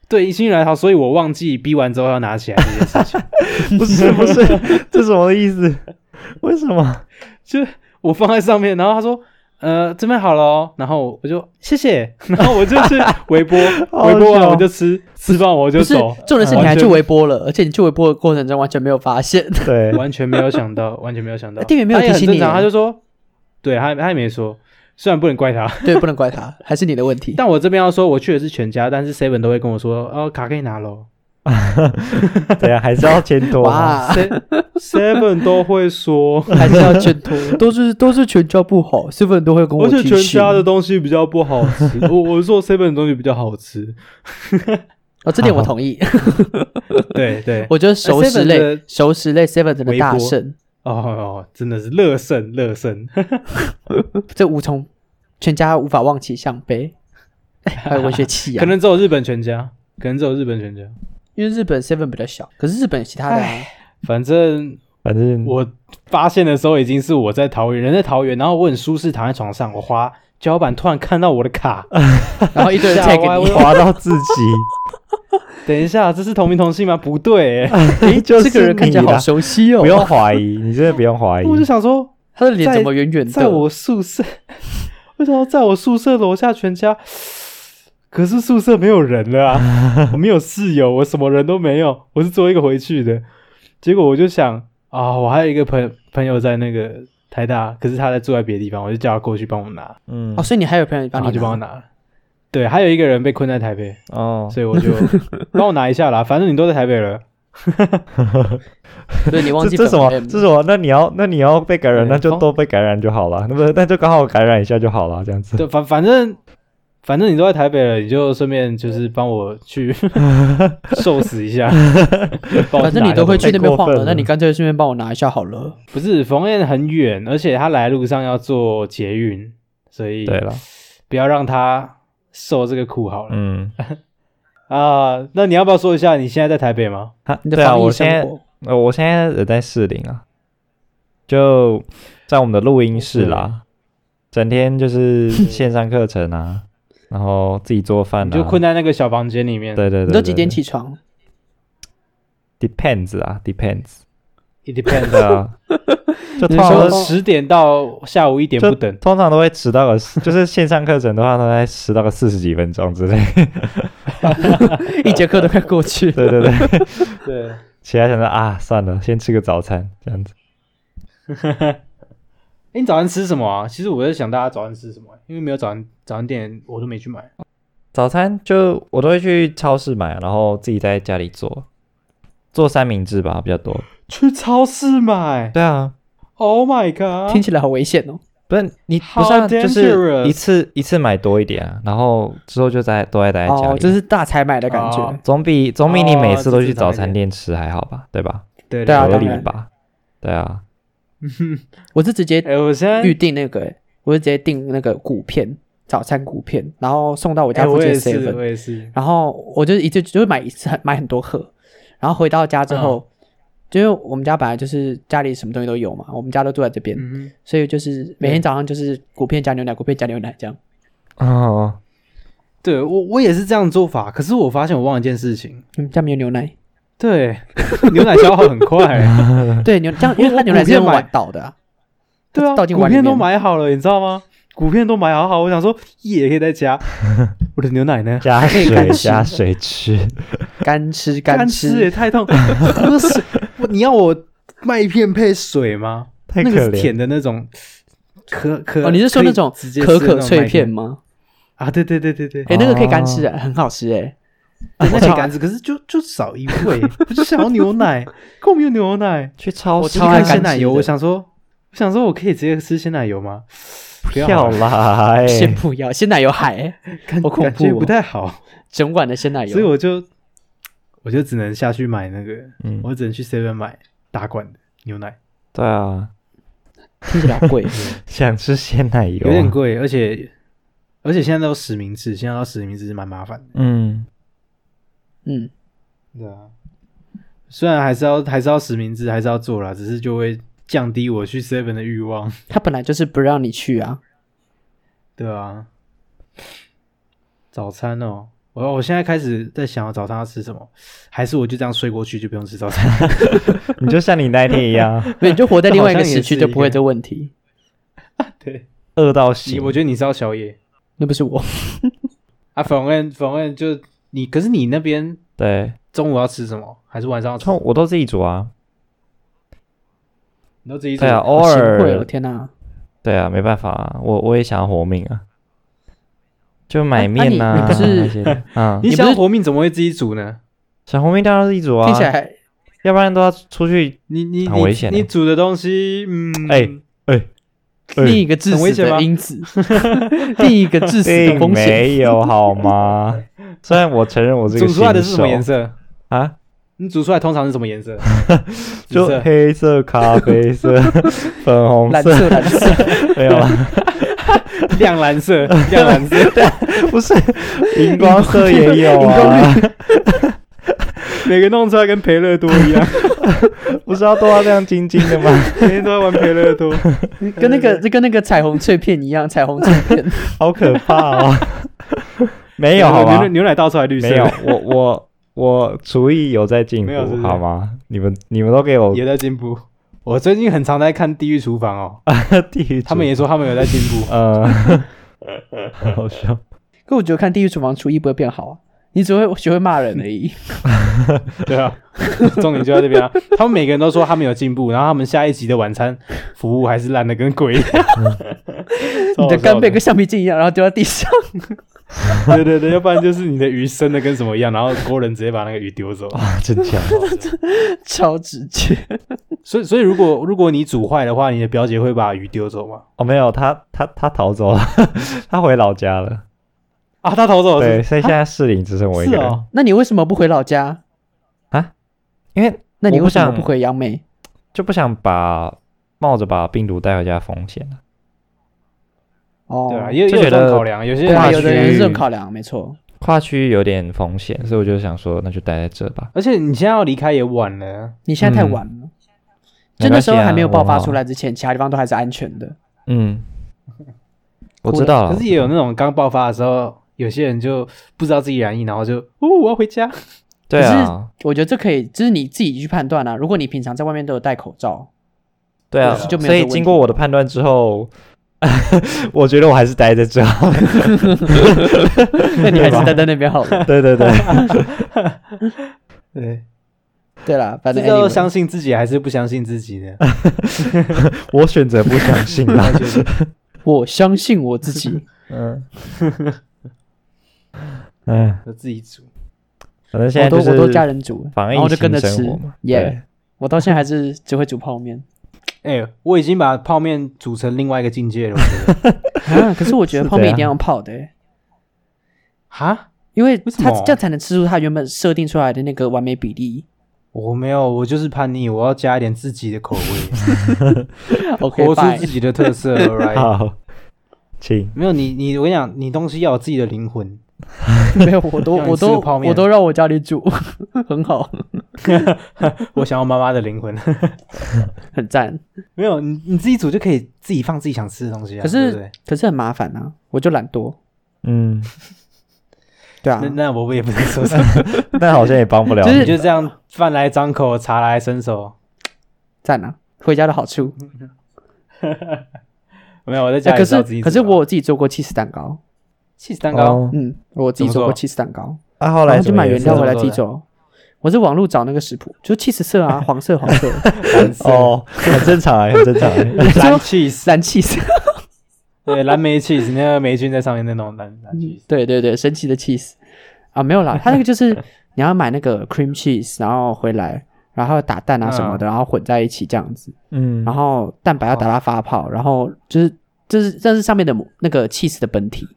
Speaker 2: 对，心血来潮，所以我忘记逼完之后要拿起来这件事 情。
Speaker 3: 不是不是，这什么意思？为什么？
Speaker 2: 就我放在上面，然后他说。呃，这边好了哦，然后我就谢谢，然后我就 去微波，
Speaker 3: 好
Speaker 2: 微波完
Speaker 3: 笑
Speaker 2: 我就吃，吃饭我就
Speaker 1: 不是
Speaker 2: 走，
Speaker 1: 重点是你
Speaker 2: 完
Speaker 1: 还
Speaker 2: 全
Speaker 1: 去微波了，而且你去微波的过程中完全没有发 现，
Speaker 3: 对，
Speaker 2: 完全没有想到，完全没有想 到，
Speaker 1: 店员没有
Speaker 2: 他也
Speaker 1: 提醒
Speaker 2: 很
Speaker 1: 你
Speaker 2: 正常，
Speaker 1: 耶
Speaker 2: 他就说，对，他他也没说，虽然不能怪他，
Speaker 1: 对，不能怪他，还是你的问题。
Speaker 2: 但我这边要说，我去的是全家，但是 seven 都会跟我说，哦，卡可以 拿喽
Speaker 3: 对啊，还是要钱多嘛。
Speaker 1: 哇，
Speaker 2: ，seven 都会说，
Speaker 1: 还是要劝托，都是都是全家不好，身份都会跟我
Speaker 2: 而且
Speaker 1: 提
Speaker 2: 全
Speaker 1: 醒
Speaker 2: 家的东西比较不好吃，我我是说 seven 的东西比较好吃，
Speaker 1: 哦，这点我同意，
Speaker 2: 对对，
Speaker 1: 我觉得熟食
Speaker 2: 啊哎 Seven
Speaker 1: 类
Speaker 2: 的
Speaker 1: 熟食类 Seven 真的
Speaker 2: 微
Speaker 1: 大
Speaker 2: 波
Speaker 1: 胜，
Speaker 2: 哦哦，真的是乐胜乐胜。
Speaker 1: 这无从全家无法望其项背。 哎还有文学气
Speaker 2: 可
Speaker 1: 啊，
Speaker 2: 能只有日本全家，可能只有日本全家。
Speaker 1: 因为日本 Seven 比较小，可是日本有其他的啊
Speaker 2: 反正
Speaker 3: 反正
Speaker 2: 我发现的时候已经是我在桃园，人在桃园，然后我很舒适躺在床上，我滑 脚板突然看到我的卡，
Speaker 1: 然后一堆人
Speaker 3: 啊
Speaker 2: 吓
Speaker 1: 菜给
Speaker 2: 歪
Speaker 1: 你
Speaker 2: 我，
Speaker 3: 滑到自己，
Speaker 2: 等一下，这是同名同姓吗？不对欸，
Speaker 1: 诶，
Speaker 3: 就是
Speaker 1: 这个人看起来
Speaker 3: 你啦
Speaker 1: 好熟悉哦，
Speaker 3: 不用怀疑，你真的不用
Speaker 1: 哎
Speaker 3: 怀疑。
Speaker 2: 我就想说，
Speaker 1: 他的脸怎么圆圆的？
Speaker 2: 在我宿舍， 为什么在我宿舍楼下全家？可是宿舍没有人了啊， 我没有室友，我什么人都没有，我是最后一个回去的。结果我就想啊、我还有一个朋朋友在那个台大，可是他在住在别的地方，我就叫他过去帮我拿，
Speaker 3: 嗯
Speaker 1: 哦，所以你还有朋友
Speaker 2: 然
Speaker 1: 帮
Speaker 2: 后
Speaker 1: 你
Speaker 2: 就帮我
Speaker 1: 拿
Speaker 2: 拿了。对，还有一个人被困在台北，
Speaker 3: 哦，
Speaker 2: 所以我就帮我拿一下啦，反正你都在台北了。
Speaker 1: 对你忘
Speaker 3: 这
Speaker 1: 记
Speaker 3: 这什么？
Speaker 1: 本哎 M
Speaker 3: 这什么？那你要那你要被感染，
Speaker 2: 对
Speaker 3: 那就
Speaker 2: 风
Speaker 3: 都被感染就好了，那不那就刚好感染一下就好了，这样 子。
Speaker 2: 对，反反正反正你都在台北了，你就顺便就是帮我 去受死一下。帮我
Speaker 1: 反
Speaker 2: 去
Speaker 1: 正
Speaker 2: 拿
Speaker 1: 你
Speaker 2: 一下
Speaker 1: 都会
Speaker 2: 东
Speaker 1: 去
Speaker 2: 西
Speaker 1: 那边晃
Speaker 3: 太过分
Speaker 1: 了，
Speaker 3: 了
Speaker 1: 那你干脆顺便帮我拿一下好了。
Speaker 2: 不是冯燕很远，而且他来路上要坐捷运，所以
Speaker 3: 对了，
Speaker 2: 不要让他受这个苦好了、
Speaker 3: 嗯，
Speaker 2: 啊。那你要不要说一下你现在在台北吗？
Speaker 3: 啊
Speaker 1: 你的
Speaker 3: 对啊，
Speaker 1: 防疫
Speaker 3: 我现
Speaker 1: 生
Speaker 3: 在
Speaker 1: 活，
Speaker 3: 呃我现在人在士林啊，就在我们的录音室啦，整天 就是线上课程啊，然后自己做饭
Speaker 2: 你
Speaker 3: 啊，
Speaker 2: 就困在那个小房间里面。
Speaker 3: 对对对，
Speaker 1: 你都几
Speaker 3: 对
Speaker 1: 点
Speaker 3: 对
Speaker 1: 起床？
Speaker 3: ？Depends 啊，depends。
Speaker 2: ，It depends
Speaker 3: 对。啊，就
Speaker 2: 你
Speaker 3: 通常
Speaker 2: 说
Speaker 3: 都是
Speaker 2: 十点到下午一点
Speaker 3: 就
Speaker 2: 不等，
Speaker 3: 通常都会迟到个，就是线上课程的话，都在迟到个四十几分钟之类。
Speaker 1: 一节课都快过去了。
Speaker 3: 啊对对 对，
Speaker 2: 对，
Speaker 3: 起来想说啊，算了，先吃个早餐这样子。
Speaker 2: 哎、你早餐吃什么啊？其实我在想大家早餐吃什么、因为没有早餐早餐店，我都没去买。
Speaker 3: 早餐就我都会去超市买，然后自己在家里做，做三明治吧比较多。
Speaker 2: 去超市买
Speaker 3: 对啊，
Speaker 2: ？Oh my god！
Speaker 1: 听起来好危险哦！
Speaker 3: 不是你不是、啊、
Speaker 2: How
Speaker 3: 就是一
Speaker 2: dangerous
Speaker 3: 次一次买多一点啊，然后之后就在都在待在家
Speaker 1: 哦，
Speaker 3: 里，
Speaker 1: 这是大采买的感觉
Speaker 2: 哦。
Speaker 3: 总比总比你
Speaker 2: 哦
Speaker 3: 每次都
Speaker 2: 这
Speaker 3: 去
Speaker 2: 是早
Speaker 3: 早餐
Speaker 2: 餐
Speaker 3: 店吃还好吧？对吧？
Speaker 2: 对
Speaker 1: 对啊
Speaker 3: 合
Speaker 2: 合
Speaker 1: 当
Speaker 3: 理
Speaker 2: 理
Speaker 1: 然
Speaker 3: 吧？对啊，
Speaker 1: 我是直接
Speaker 2: 哎、我现在
Speaker 1: 预定那个、欸，我是直接订那个骨片，早餐骨片，然后送到我
Speaker 2: 我
Speaker 1: 家附
Speaker 2: 哎我
Speaker 1: 近
Speaker 2: 也
Speaker 1: seven，、
Speaker 2: 是，我也是。
Speaker 1: 然后我就一次就会买一次很买很多盒，然后回到家
Speaker 2: 嗯
Speaker 1: 之后，就因为我们家本来就是家里什么东西都有嘛，我们家都住在这边，
Speaker 2: 嗯
Speaker 1: 所以就是每天早上就是骨片加牛奶，骨片加牛奶这样。
Speaker 3: 哦，
Speaker 2: 哼，对我我也是这样做法，可是我发现我忘了一件事情，
Speaker 1: 嗯，家没有牛奶，
Speaker 2: 对， 牛奶消耗 很快、
Speaker 1: 嗯
Speaker 2: 嗯
Speaker 1: 对牛这样，因为它 牛奶是用碗倒的、啊，
Speaker 2: 对啊，
Speaker 1: 倒进
Speaker 2: 骨
Speaker 1: 碗里
Speaker 2: 片
Speaker 1: 面
Speaker 2: 都买好了，你知道吗？骨片都买好好，我想说也可以 在家。我的牛奶呢？
Speaker 3: 加
Speaker 1: 可以干
Speaker 3: 水
Speaker 1: 吃
Speaker 3: 加水吃。
Speaker 1: 干吃
Speaker 2: 干吃
Speaker 1: 吃，
Speaker 2: 也太痛，喝水，我你要我麦片配水吗？
Speaker 3: 太
Speaker 2: 那
Speaker 3: 可
Speaker 2: 个是
Speaker 3: 怜
Speaker 2: 甜的那种可可
Speaker 1: 哦，你是说
Speaker 2: 可以
Speaker 1: 那种
Speaker 2: 直接
Speaker 1: 可
Speaker 2: 吃的
Speaker 1: 可
Speaker 2: 那种
Speaker 1: 脆
Speaker 2: 麦
Speaker 1: 片吗？
Speaker 2: 啊？对对对对对，
Speaker 1: 哎、那个可以干吃、
Speaker 3: 哦
Speaker 1: 啊，很好吃哎、
Speaker 2: 对那
Speaker 1: 我超
Speaker 2: 些杆子，可是就就少一味，我就想要牛奶，可我没有牛奶，
Speaker 3: 去超
Speaker 1: 我
Speaker 3: 市
Speaker 1: 超爱
Speaker 2: 看
Speaker 1: 干
Speaker 2: 鲜
Speaker 1: 吃
Speaker 2: 奶油，
Speaker 1: 的
Speaker 2: 我想说，我想说我可以直接吃鲜奶油吗？不要啊
Speaker 3: 跳
Speaker 2: 了，
Speaker 3: 啦！哎
Speaker 1: 先不要，鲜奶油海、
Speaker 2: 感
Speaker 1: 好恐哎
Speaker 2: 感觉
Speaker 1: 怖哦
Speaker 2: 不太好，
Speaker 1: 整碗的鲜奶油，
Speaker 2: 所以我就我就只能下去买那个，
Speaker 3: 嗯，
Speaker 2: 我只能去 Seven 买大罐的牛奶，
Speaker 3: 对啊，
Speaker 1: 听起来好贵。
Speaker 3: 想吃鲜奶油啊，
Speaker 2: 有点贵，而且而且现在都实名制，现在都实名制是蛮麻烦的。
Speaker 3: 嗯，
Speaker 1: 嗯，
Speaker 2: 对啊，虽然还是要还是要实名制，还是要做啦，只是就会降低我去 Seven 的欲望。
Speaker 1: 他本来就是不让你去啊。
Speaker 2: 对啊，早餐哦，我我现在开始在想早餐要吃什么，还是我就这样睡过去就不用吃早餐？
Speaker 3: 你就像你那天一 样
Speaker 1: 对，你就活在另外一个
Speaker 2: 这好像
Speaker 1: 时
Speaker 2: 也
Speaker 1: 区
Speaker 2: 是
Speaker 1: 就不会
Speaker 2: 一个
Speaker 1: 这问题。
Speaker 2: 对，
Speaker 3: 饿到
Speaker 2: 你
Speaker 3: 醒
Speaker 2: 我，觉得你是要宵夜
Speaker 1: 那不是我，
Speaker 2: 啊，访问访问就你，可是你那边
Speaker 3: 对，
Speaker 2: 中午要吃什么，还是晚上要吃？
Speaker 3: 冲我都自己煮啊，
Speaker 2: 你都自己煮
Speaker 3: 对啊，偶
Speaker 1: 好贤惠哦，
Speaker 3: 尔，
Speaker 1: 天哪！
Speaker 3: 对啊，没办法啊，我我也想要活命啊，就买
Speaker 1: 啊
Speaker 3: 面
Speaker 1: 啊你
Speaker 3: 呐
Speaker 1: 你不是
Speaker 3: 那些的，嗯，
Speaker 2: 你
Speaker 1: 你
Speaker 2: 想
Speaker 1: 不
Speaker 2: 要
Speaker 1: 是
Speaker 2: 活命怎么会自己煮呢？
Speaker 3: 想活命当然自己煮啊
Speaker 1: 听，起来
Speaker 3: 要不然都要出去，
Speaker 2: 你你
Speaker 3: 很危险
Speaker 2: 你，你
Speaker 3: 欸
Speaker 2: 煮的东西，嗯，
Speaker 3: 哎
Speaker 1: 另
Speaker 3: 哎
Speaker 1: 一个致
Speaker 2: 很危
Speaker 1: 死
Speaker 2: 险
Speaker 1: 的
Speaker 2: 吗
Speaker 1: 因子，另一个致死的
Speaker 3: 并
Speaker 1: 风险。
Speaker 3: 哎没有好吗？虽然我承认我这个
Speaker 2: 煮出来的是
Speaker 3: 新
Speaker 2: 什么
Speaker 3: 手
Speaker 2: 颜色？
Speaker 3: 啊？
Speaker 2: 你煮出来通常是什么颜色？
Speaker 3: 就
Speaker 2: 紫色
Speaker 3: 黑色、咖啡色、粉红
Speaker 1: 蓝
Speaker 3: 色，
Speaker 1: 色，蓝色，
Speaker 3: 没有啊。
Speaker 2: 亮蓝 色，亮蓝色，
Speaker 3: 不是，荧光色也有啊，
Speaker 2: 每个弄出来跟培乐多一样，
Speaker 3: 不是要都要亮晶晶 的吗？
Speaker 2: 每天都在玩培乐多。
Speaker 1: 跟那个跟那个彩虹脆片一样，彩虹脆片。
Speaker 2: 啊
Speaker 3: 好可怕哦！没有好
Speaker 2: 牛
Speaker 3: 吧
Speaker 2: 奶？牛奶倒出来绿色
Speaker 3: 没有，，我我我厨艺有在进步
Speaker 2: 没有是不，是
Speaker 3: 好吗？你们你们都给
Speaker 1: 哦
Speaker 3: 我
Speaker 2: 也在进步。我最近很常在看《地狱厨房》哦，
Speaker 1: 啊
Speaker 3: 地狱。
Speaker 2: 他们也说他们有在进步
Speaker 3: 呃，好笑。
Speaker 1: 可我觉得看《地狱厨房》厨艺不会变好啊，你只会学会骂人而已。
Speaker 2: 对啊，重点就在这边啊。他们每个人都说他们有进步，然后他们下一集的晚餐服务还是烂的跟鬼一样。
Speaker 1: 你的干贝跟
Speaker 2: 跟
Speaker 1: 橡皮筋一样，然后丢到地上。
Speaker 2: 对对对，要不然就是你的鱼生的跟什么一样，然后工人直接把那个鱼丢走。
Speaker 3: 啊，真巧！
Speaker 1: 超直接。
Speaker 2: 所以所以如果如果你煮坏的话，你的表姐会把鱼丢走吗？
Speaker 3: 哦，没有，他他他逃走了， 他回老家了。
Speaker 2: 啊，她逃走了
Speaker 3: 对，
Speaker 2: 是
Speaker 3: 所以现在市里只剩我一
Speaker 2: 是
Speaker 3: 个人，
Speaker 2: 哦，
Speaker 1: 那你为什么不回老家？
Speaker 3: 因为
Speaker 1: 那你
Speaker 3: 我不
Speaker 1: 为什么
Speaker 3: 想
Speaker 1: 不回央美？
Speaker 3: 就不想把冒着把病毒带回家的风险啊
Speaker 1: 哦，
Speaker 2: 对啊，也也有
Speaker 3: 就觉
Speaker 2: 这种
Speaker 3: 得
Speaker 2: 考量，有些
Speaker 1: 对啊，
Speaker 3: 跨
Speaker 2: 人
Speaker 1: 有的人
Speaker 3: 区
Speaker 1: 是这种考量，没错。
Speaker 3: 跨区有点风险，所以我就想说，那就待在这吧。
Speaker 2: 而且你现在要离开也晚了，
Speaker 1: 你现在太
Speaker 3: 嗯
Speaker 1: 晚了，
Speaker 3: 没
Speaker 1: 就那时候
Speaker 3: 关系啊
Speaker 1: 还没有爆发出。
Speaker 3: 我
Speaker 1: 来之前，其他地方都还是安全的。
Speaker 3: 嗯，我
Speaker 1: 哭
Speaker 3: 知
Speaker 1: 了
Speaker 3: 道了
Speaker 2: 可是。也有那种刚爆发的时候，有些人就不知道自己染疫，然后就哦我要回家。
Speaker 3: 对
Speaker 1: 可是
Speaker 3: 啊，
Speaker 1: 我觉得这可以，就是你自己去判断啊。如果你平常在外面都有戴口 罩，
Speaker 3: 对啊，
Speaker 2: 可是
Speaker 1: 就没有
Speaker 3: 所
Speaker 1: 这
Speaker 3: 以
Speaker 1: 个问
Speaker 3: 经
Speaker 1: 题
Speaker 3: 过我的判断之后， 我觉得我还是待在这啊 好了。
Speaker 1: 那你还
Speaker 3: 啊
Speaker 1: 是待在那边好 了。
Speaker 3: 对对对，
Speaker 2: 对，
Speaker 1: 对啦，反
Speaker 2: 这
Speaker 1: 正
Speaker 2: 叫
Speaker 1: anyway,
Speaker 2: 相信自己还是不相信自己呢？
Speaker 3: 我选择不相信啊啦。
Speaker 1: 我相信我自己。
Speaker 3: 嗯，嗯，
Speaker 2: 我自己煮。
Speaker 3: 反 正现
Speaker 1: 我
Speaker 3: 在
Speaker 1: 都
Speaker 3: 就
Speaker 1: 我都
Speaker 3: 是
Speaker 1: 家人煮，
Speaker 3: 防疫
Speaker 1: 然后就跟着
Speaker 3: 新
Speaker 1: 吃
Speaker 3: 生活嘛。
Speaker 1: 耶、我到现在还是只会煮泡 面
Speaker 2: 哎、我已经把泡面煮成另外一个境 界了。我觉得
Speaker 1: 啊。可是我觉得
Speaker 3: 是
Speaker 1: 泡面
Speaker 3: 怎
Speaker 1: 一定
Speaker 3: 样
Speaker 1: 要泡的、欸，
Speaker 2: 哈，
Speaker 1: 因为
Speaker 2: 为什
Speaker 1: 它
Speaker 2: 么
Speaker 1: 这样才能吃出它原本设定出来的那个完美比 例。
Speaker 2: 我没有，我就是叛逆，我要加一点自己的口 味，
Speaker 1: OK，
Speaker 2: 活出
Speaker 1: bye
Speaker 2: 自己的特色。all
Speaker 3: 对
Speaker 2: right，
Speaker 3: 好，请
Speaker 2: 没有你，你我跟你讲，你东西要有自己的灵 魂。
Speaker 1: 没有，我都
Speaker 2: 让你
Speaker 1: 我
Speaker 2: 吃
Speaker 1: 都
Speaker 2: 个泡面
Speaker 1: 我都让我家里煮， 很好，
Speaker 2: 我想要妈妈的灵魂。
Speaker 1: 很赞。
Speaker 2: 没有，你你自己煮就可以自己放自己想吃的东西啊。
Speaker 1: 可
Speaker 2: 对
Speaker 1: 是
Speaker 2: 不对
Speaker 1: 可是很麻烦啊，我就懒惰，
Speaker 3: 嗯，
Speaker 1: 对啊
Speaker 2: 那，那我也不能说什么。
Speaker 3: 但好像也帮不了
Speaker 1: 就
Speaker 3: 你。
Speaker 1: 是
Speaker 2: 你就这样饭来张口，茶来伸手。
Speaker 1: 赞啊，回家的好处。
Speaker 2: 没有，我
Speaker 1: 哎
Speaker 2: 在家里
Speaker 1: 可
Speaker 2: 知道
Speaker 1: 是
Speaker 2: 自己煮啊、
Speaker 1: 可是我有自己做过 cheese 蛋糕，
Speaker 2: 起司蛋糕，
Speaker 3: 哦
Speaker 1: 嗯，我自己做过
Speaker 2: 怎
Speaker 1: cheese 蛋糕，
Speaker 3: 啊，后
Speaker 1: 然
Speaker 3: 来
Speaker 1: 后就
Speaker 3: 怎么
Speaker 1: 买
Speaker 3: 也
Speaker 1: 原
Speaker 3: 是
Speaker 1: 料
Speaker 2: 怎
Speaker 1: 回来
Speaker 2: 么做
Speaker 1: 自己
Speaker 2: 的
Speaker 1: 做。我是网络找那个食谱，就 cheese 色 啊，黄色黄色，
Speaker 2: 蓝色
Speaker 3: 哦，很正常哎，很正常欸。
Speaker 2: 蓝 cheese，
Speaker 1: 蓝 cheese，
Speaker 2: 对，蓝莓 cheese，那个霉菌在上面那种蓝
Speaker 1: 嗯
Speaker 2: 蓝 cheese，
Speaker 1: 对对对，神奇的 cheese 啊，没有啦，它那个就是 你要买那个 cream cheese，然后回来，然后打
Speaker 2: 嗯
Speaker 1: 蛋啊什么的，然后混在一起这样子。
Speaker 3: 嗯，
Speaker 1: 然后蛋白要
Speaker 2: 哦
Speaker 1: 打到发泡，然后就是就是这是上面的母那个 cheese 的本体，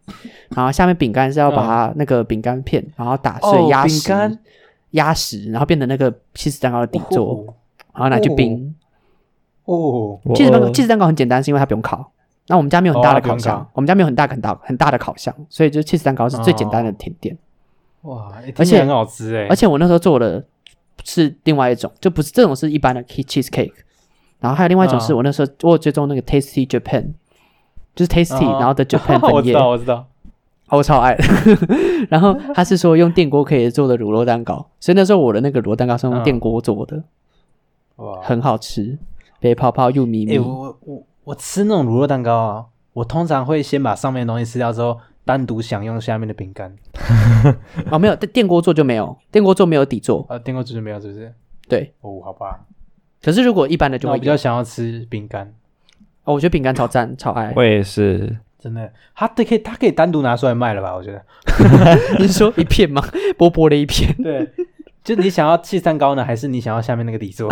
Speaker 1: 然后下面饼干是要把它那个饼干片，然后打碎
Speaker 2: 嗯哦
Speaker 1: 压
Speaker 2: 饼
Speaker 1: 实，
Speaker 2: 干
Speaker 1: 压实，然后变成那个 cheese 蛋糕的底座，然后拿去冰。
Speaker 2: 哦，
Speaker 3: 我
Speaker 1: cheese 蛋糕 cheese 蛋糕很简单，是因为它不用烤。那我们家没有很大的
Speaker 2: 哦它不用
Speaker 1: 烤箱，
Speaker 2: 烤
Speaker 1: 我们家没有很大很大很大的烤箱，所以就是 cheese 蛋糕是最简单的甜点。
Speaker 2: 哇，欸
Speaker 1: 而
Speaker 2: 听起
Speaker 1: 且
Speaker 2: 来很好吃哎，
Speaker 1: 而且我那时候做的是另外一种，就不是这种是一般的 ke- cheese cake，然后还有另外一种是
Speaker 2: 嗯
Speaker 1: 我那时候我有追踪那个 Tasty Japan，就是 Tasty，、
Speaker 2: 哦
Speaker 1: 然后的 Japan
Speaker 2: 我
Speaker 1: 分
Speaker 2: 知
Speaker 1: 页，
Speaker 2: 道，我知道，
Speaker 1: 哦我超爱。 然后他是说用电锅可以做的乳酪蛋糕，所以那时候我的那个乳酪蛋糕是用
Speaker 2: 嗯
Speaker 1: 电锅做的，
Speaker 2: 哇，
Speaker 1: 很好吃，肥泡泡又绵
Speaker 2: 哎，
Speaker 1: 密。
Speaker 2: 我我我我吃那种乳酪蛋糕啊，我通常会先把上面的东西吃掉之后，单独享用下面的饼干，
Speaker 1: 哦，没有，电锅做就没有，电锅做没有底座。
Speaker 2: 啊，电锅就是没有，是不是？
Speaker 1: 对，
Speaker 2: 哦，好吧，
Speaker 1: 可是如果一般的就
Speaker 2: 那
Speaker 1: 会
Speaker 2: 我比
Speaker 1: 有。
Speaker 2: 较想要吃饼干，
Speaker 1: 哦，我觉得饼干超赞，超爱。
Speaker 3: 我也是，
Speaker 2: 真的，它可以它可以单独拿出来卖了吧？我觉得。
Speaker 1: 你是说一片吗？薄薄的一片。
Speaker 2: 对， 就你想要气蛋糕呢，还是你想要下面那个底座？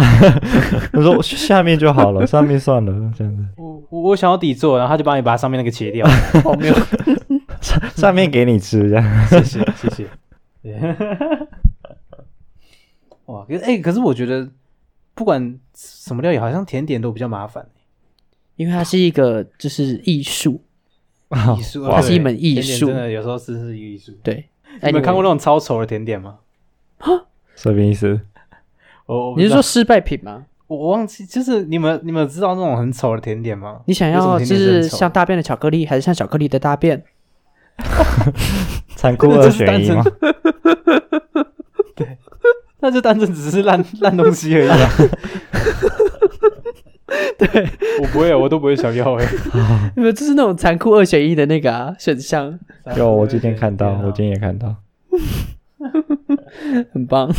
Speaker 3: 我说下面就好了，上 面算了，这样子，
Speaker 2: 我我我想要底座，然后他就帮你把上面那个切 掉。
Speaker 1: 哦，没有。
Speaker 3: 上面给你吃 这样。
Speaker 2: 谢谢谢谢。哇，可是哎、可是我觉得不管什么料理，好像甜点都比较麻烦、
Speaker 1: 因为它是一个就是艺术，
Speaker 2: 艺术，
Speaker 3: 哇
Speaker 1: 它是一门艺
Speaker 2: 欸甜点
Speaker 1: 术
Speaker 2: 真的有时候是是一个艺术。
Speaker 1: 对。
Speaker 2: 你们看过那
Speaker 1: 那？
Speaker 2: 种超丑的甜点吗？
Speaker 3: 什么意思？
Speaker 2: 我我不
Speaker 1: 你是
Speaker 2: 知
Speaker 1: 说
Speaker 2: 道
Speaker 1: 失败品吗？
Speaker 2: 我我忘记，就是你们你们有知道那种很丑的甜点吗？
Speaker 1: 你想
Speaker 2: 有什么
Speaker 1: 要
Speaker 2: 甜
Speaker 1: 就
Speaker 2: 点是很
Speaker 1: 是
Speaker 2: 丑的
Speaker 1: 像大便的巧克力，还是像巧克力的大便？
Speaker 3: 残酷
Speaker 2: 真的
Speaker 3: 二
Speaker 2: 就是
Speaker 3: 选
Speaker 2: 单
Speaker 3: 一
Speaker 2: 纯
Speaker 3: 吗？
Speaker 2: 对，那就单纯只是烂 烂东西而已、 啊。对，我不会，我都不会想要哎、
Speaker 1: 你们这是那种残酷二选一的那个、啊、选项，
Speaker 3: 有，我今天看到，
Speaker 1: 啊
Speaker 3: 我今
Speaker 2: 天
Speaker 3: 天也看到，嗯
Speaker 1: 很 棒，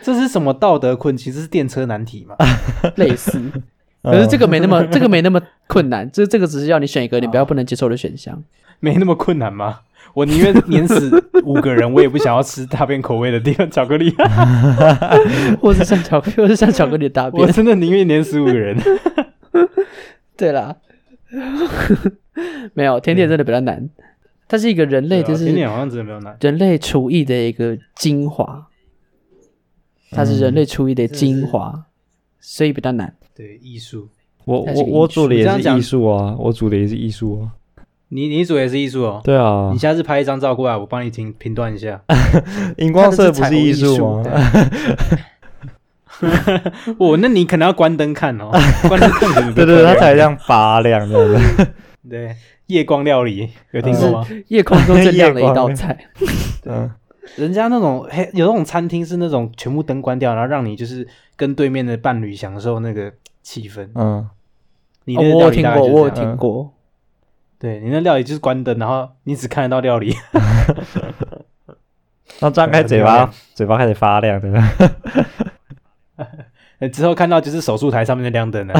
Speaker 2: 这是什么道德困境？这是电车难题嘛？
Speaker 1: 类似。
Speaker 2: 嗯
Speaker 1: 可是这
Speaker 3: 个
Speaker 1: 个没那么，这个没那么困难，这这个只是要你选一个你不要不能接受的选 项。
Speaker 2: 没那么困难吗？我宁愿碾死五个人，我也不想要吃大便口味的地方巧克 力。
Speaker 1: 我是像巧克力，我是像巧克力的大
Speaker 2: 我
Speaker 1: 便。
Speaker 2: 真的宁愿碾死五个 人。
Speaker 1: 对啦， 没有甜点真的比较难，它是一个人类
Speaker 2: 对
Speaker 1: 就
Speaker 2: 啊
Speaker 1: 是
Speaker 2: 甜点好像真的没有难，
Speaker 1: 人类厨艺的一个精华，它是人类厨
Speaker 2: 嗯
Speaker 1: 艺的精华，所以比较难。
Speaker 2: 对艺术。
Speaker 3: 我
Speaker 1: 它是
Speaker 3: 我
Speaker 1: 个
Speaker 3: 我
Speaker 1: 艺术
Speaker 3: 煮的也
Speaker 2: 这样
Speaker 3: 是
Speaker 2: 讲
Speaker 3: 艺术啊，我煮的也是艺术啊，
Speaker 2: 你你组也是艺术哦。
Speaker 3: 对啊
Speaker 2: 你，下次拍一张照过来，我帮你评评断一下。
Speaker 3: 荧光
Speaker 1: 它
Speaker 3: 色不
Speaker 1: 彩
Speaker 3: 是
Speaker 1: 虹
Speaker 3: 艺
Speaker 1: 艺
Speaker 3: 术吗？
Speaker 1: 对
Speaker 2: 哦，那你可能要关灯看 哦，关灯看可能比较
Speaker 3: 对对对，
Speaker 2: 漂
Speaker 3: 它
Speaker 2: 亮
Speaker 3: 才这样发亮这样子。
Speaker 2: 对夜光料理有听过吗？
Speaker 1: 夜空中最亮的一
Speaker 3: 夜
Speaker 1: 道
Speaker 3: 光
Speaker 1: 菜，
Speaker 3: 嗯，
Speaker 2: 人家那种嘿，有那种餐厅是那种全部灯关掉，然后让你就是跟对面的伴侣享受那个气氛。
Speaker 3: 嗯，
Speaker 2: 你
Speaker 1: 哦
Speaker 2: 那个
Speaker 1: 我
Speaker 2: 料
Speaker 1: 有
Speaker 2: 理
Speaker 1: 听
Speaker 2: 大概
Speaker 1: 过，
Speaker 2: 就是这
Speaker 1: 我有
Speaker 2: 样
Speaker 1: 听 过。
Speaker 2: 对你那料理就是关灯，然后你只看得到料理。
Speaker 3: 那张开嘴
Speaker 2: 很漂
Speaker 3: 巴
Speaker 2: 亮，
Speaker 3: 嘴巴开始发亮，真的。
Speaker 2: 之后看到就是手术台上面那亮灯 了，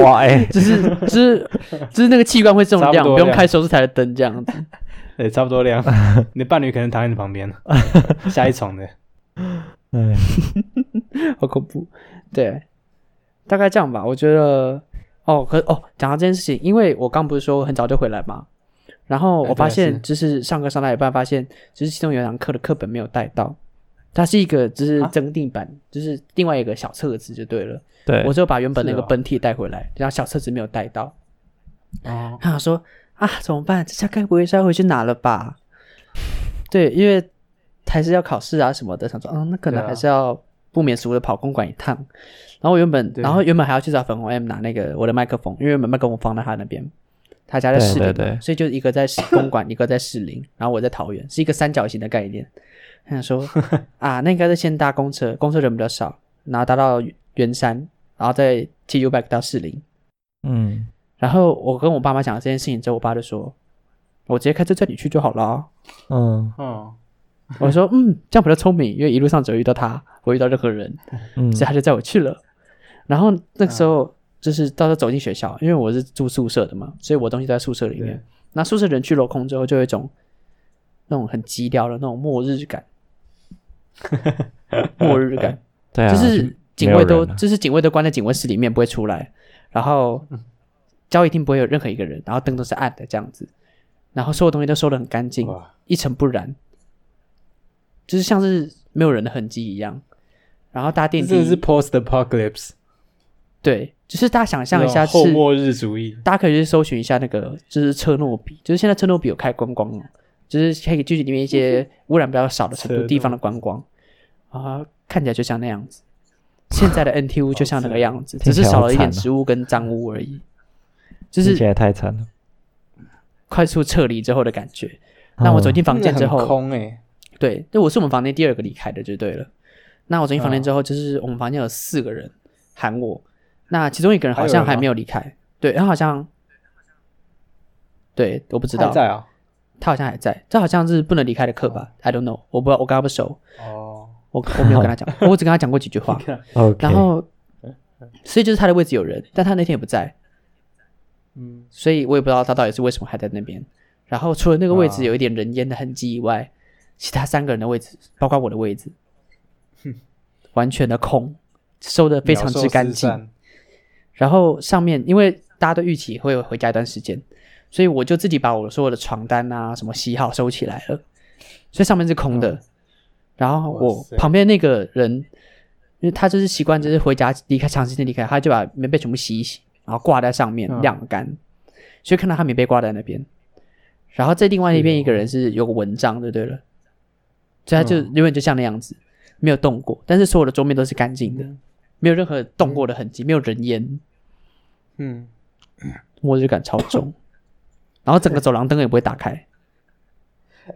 Speaker 3: 哇，哎，
Speaker 1: 就是就是就是那个器官会这么
Speaker 2: 差
Speaker 1: 亮，
Speaker 2: 不多
Speaker 1: 不用
Speaker 2: 亮
Speaker 1: 开手术台的灯这 样子。
Speaker 2: 对，差不多 亮。你的伴侣可能躺在你旁 边，下一床的。
Speaker 3: 哎，
Speaker 1: 好恐怖。对，大概这样吧。我觉得，哦，可哦，讲到这件事情，因为我刚不是说很早就回来嘛，然后
Speaker 2: 哎
Speaker 1: 我
Speaker 2: 对
Speaker 1: 发
Speaker 2: 啊是
Speaker 1: 现就是上课上到一半，发现就是其中有一堂课的课本没有带到，它是一个就是
Speaker 2: 啊
Speaker 1: 增订版，就是另外一个小册子就对了。
Speaker 3: 对
Speaker 1: 我，就把原本那
Speaker 2: 是
Speaker 1: 个
Speaker 2: 哦
Speaker 1: 本体带回来，然后小册子没有带到，
Speaker 2: 哦，
Speaker 1: 他想说啊，怎么办？这下该不会是要回去拿了吧？对，因为还是要考试啊什么的，想说，嗯，那可
Speaker 2: 对
Speaker 1: 能
Speaker 2: 啊
Speaker 1: 还是要不免俗的跑公馆一趟。然后我原本，
Speaker 2: 对
Speaker 1: 然后原本还要去找粉红 M 拿那个我的麦克风，因为原本麦克风放在他那边，他家在
Speaker 3: 对
Speaker 1: 士
Speaker 3: 对
Speaker 1: 林
Speaker 3: 对
Speaker 1: 嘛，所以就一个在士公馆， 一个在士林，然后我在桃园，是一个三角形的概念。他想 说啊，那应该是先搭公车，公车人比较少，然后搭到圆山，然后再骑 U bike 到士林，
Speaker 3: 嗯，
Speaker 1: 然后我跟我爸妈讲了这件事情之后，我爸就说：“我直接开车载你去就好了啊。
Speaker 3: 嗯
Speaker 2: 哦，”
Speaker 1: 我说：“嗯，这样比较聪明，因为一路上只有遇到他，我遇到任何人，
Speaker 3: 嗯
Speaker 1: 所以他就载我去了。”然后那个时候就是到时候走进学校，因为我是住宿舍的嘛，所以我东西都在宿舍里面
Speaker 2: 对。
Speaker 1: 那宿舍人去楼空之后，就有一种那种很寂寥的那种末日感，末日感。
Speaker 3: 对啊，
Speaker 1: 就是警卫
Speaker 3: 没有
Speaker 1: 都，
Speaker 3: 人啊
Speaker 1: 就是警卫都关在警卫室里面不会出来，然后交一定不会有任何一个人，然后灯都是暗的这样子，然后所有东西都收的很干净，
Speaker 2: 哇，
Speaker 1: 一尘不染，就是像是没有人的痕迹一样。然后搭
Speaker 2: 这
Speaker 1: 电
Speaker 2: 真的是
Speaker 1: 梯，
Speaker 2: post apocalypse，
Speaker 1: 对，就是大家想象一下
Speaker 2: 后
Speaker 1: 是，
Speaker 2: 末日主义。
Speaker 1: 大家可以去搜寻一下那个，就是车诺比，就是现在车诺比有开观光了，就是可以去里面一
Speaker 3: 嗯
Speaker 1: 些污染比较少的程
Speaker 2: 车
Speaker 1: 度
Speaker 2: 诺
Speaker 1: 地方的观光，啊，看起来就像那样子。现在的 NTU 就像那个样子，
Speaker 3: 听
Speaker 1: 只
Speaker 3: 起来
Speaker 1: 是少了一点
Speaker 3: 好惨哦
Speaker 1: 植物跟脏污而已，就
Speaker 3: 听起
Speaker 1: 是
Speaker 3: 来太惨了。
Speaker 1: 快速撤离之后的感觉。那
Speaker 3: 嗯
Speaker 1: 我走进房间之
Speaker 2: 真的很
Speaker 1: 后，
Speaker 2: 空哎，
Speaker 1: 对，对我是我们房间第二个离开的，就对了。那我走进
Speaker 2: 嗯
Speaker 1: 房间之后，就是我们房间有四个人喊我，那其中一个人好像
Speaker 2: 还有人吗
Speaker 1: 还没有离开，对，他好像，对，我不知道
Speaker 2: 还，在啊。
Speaker 1: 他好像还在，这好像是不能离开的课吧？I don't know，我不知道，我跟他不熟，
Speaker 2: 哦，
Speaker 1: 我我没有跟他 讲，我只跟他讲过几句话，
Speaker 3: OK，
Speaker 1: 然后，所以就是他的位置有人，但他那天也不在，
Speaker 2: 嗯，
Speaker 1: 所以我也不知道他到底是为什么还在那边。然后除了那个位置
Speaker 2: 啊
Speaker 1: 有一点人烟的痕迹以外，其他三个人的位置，包括我的位置，完全的空，收的非常之干净。
Speaker 2: 鸟兽
Speaker 1: 然后上面因为大家都预期会回家一段时间，所以我就自己把我所有的床单啊什么洗好收起来了，所以上面是空
Speaker 2: 嗯
Speaker 1: 的。然后
Speaker 2: 哇
Speaker 1: 我
Speaker 2: 塞
Speaker 1: 旁边那个人，因为他就是习惯就是回家离开长时间离开，他就把棉被全部洗一洗，然后挂在上面
Speaker 2: 嗯
Speaker 1: 晾干，所以看到他棉被挂在那边。然后在另外一边一个人是有个文章就对了，所以他就
Speaker 2: 嗯
Speaker 1: 永远就像那样子，没有动过，但是所有的桌面都是干净的，没有任何动过的痕迹，没有人烟，
Speaker 2: 嗯，
Speaker 1: 末日感超重，然后整个走廊灯也不会打开，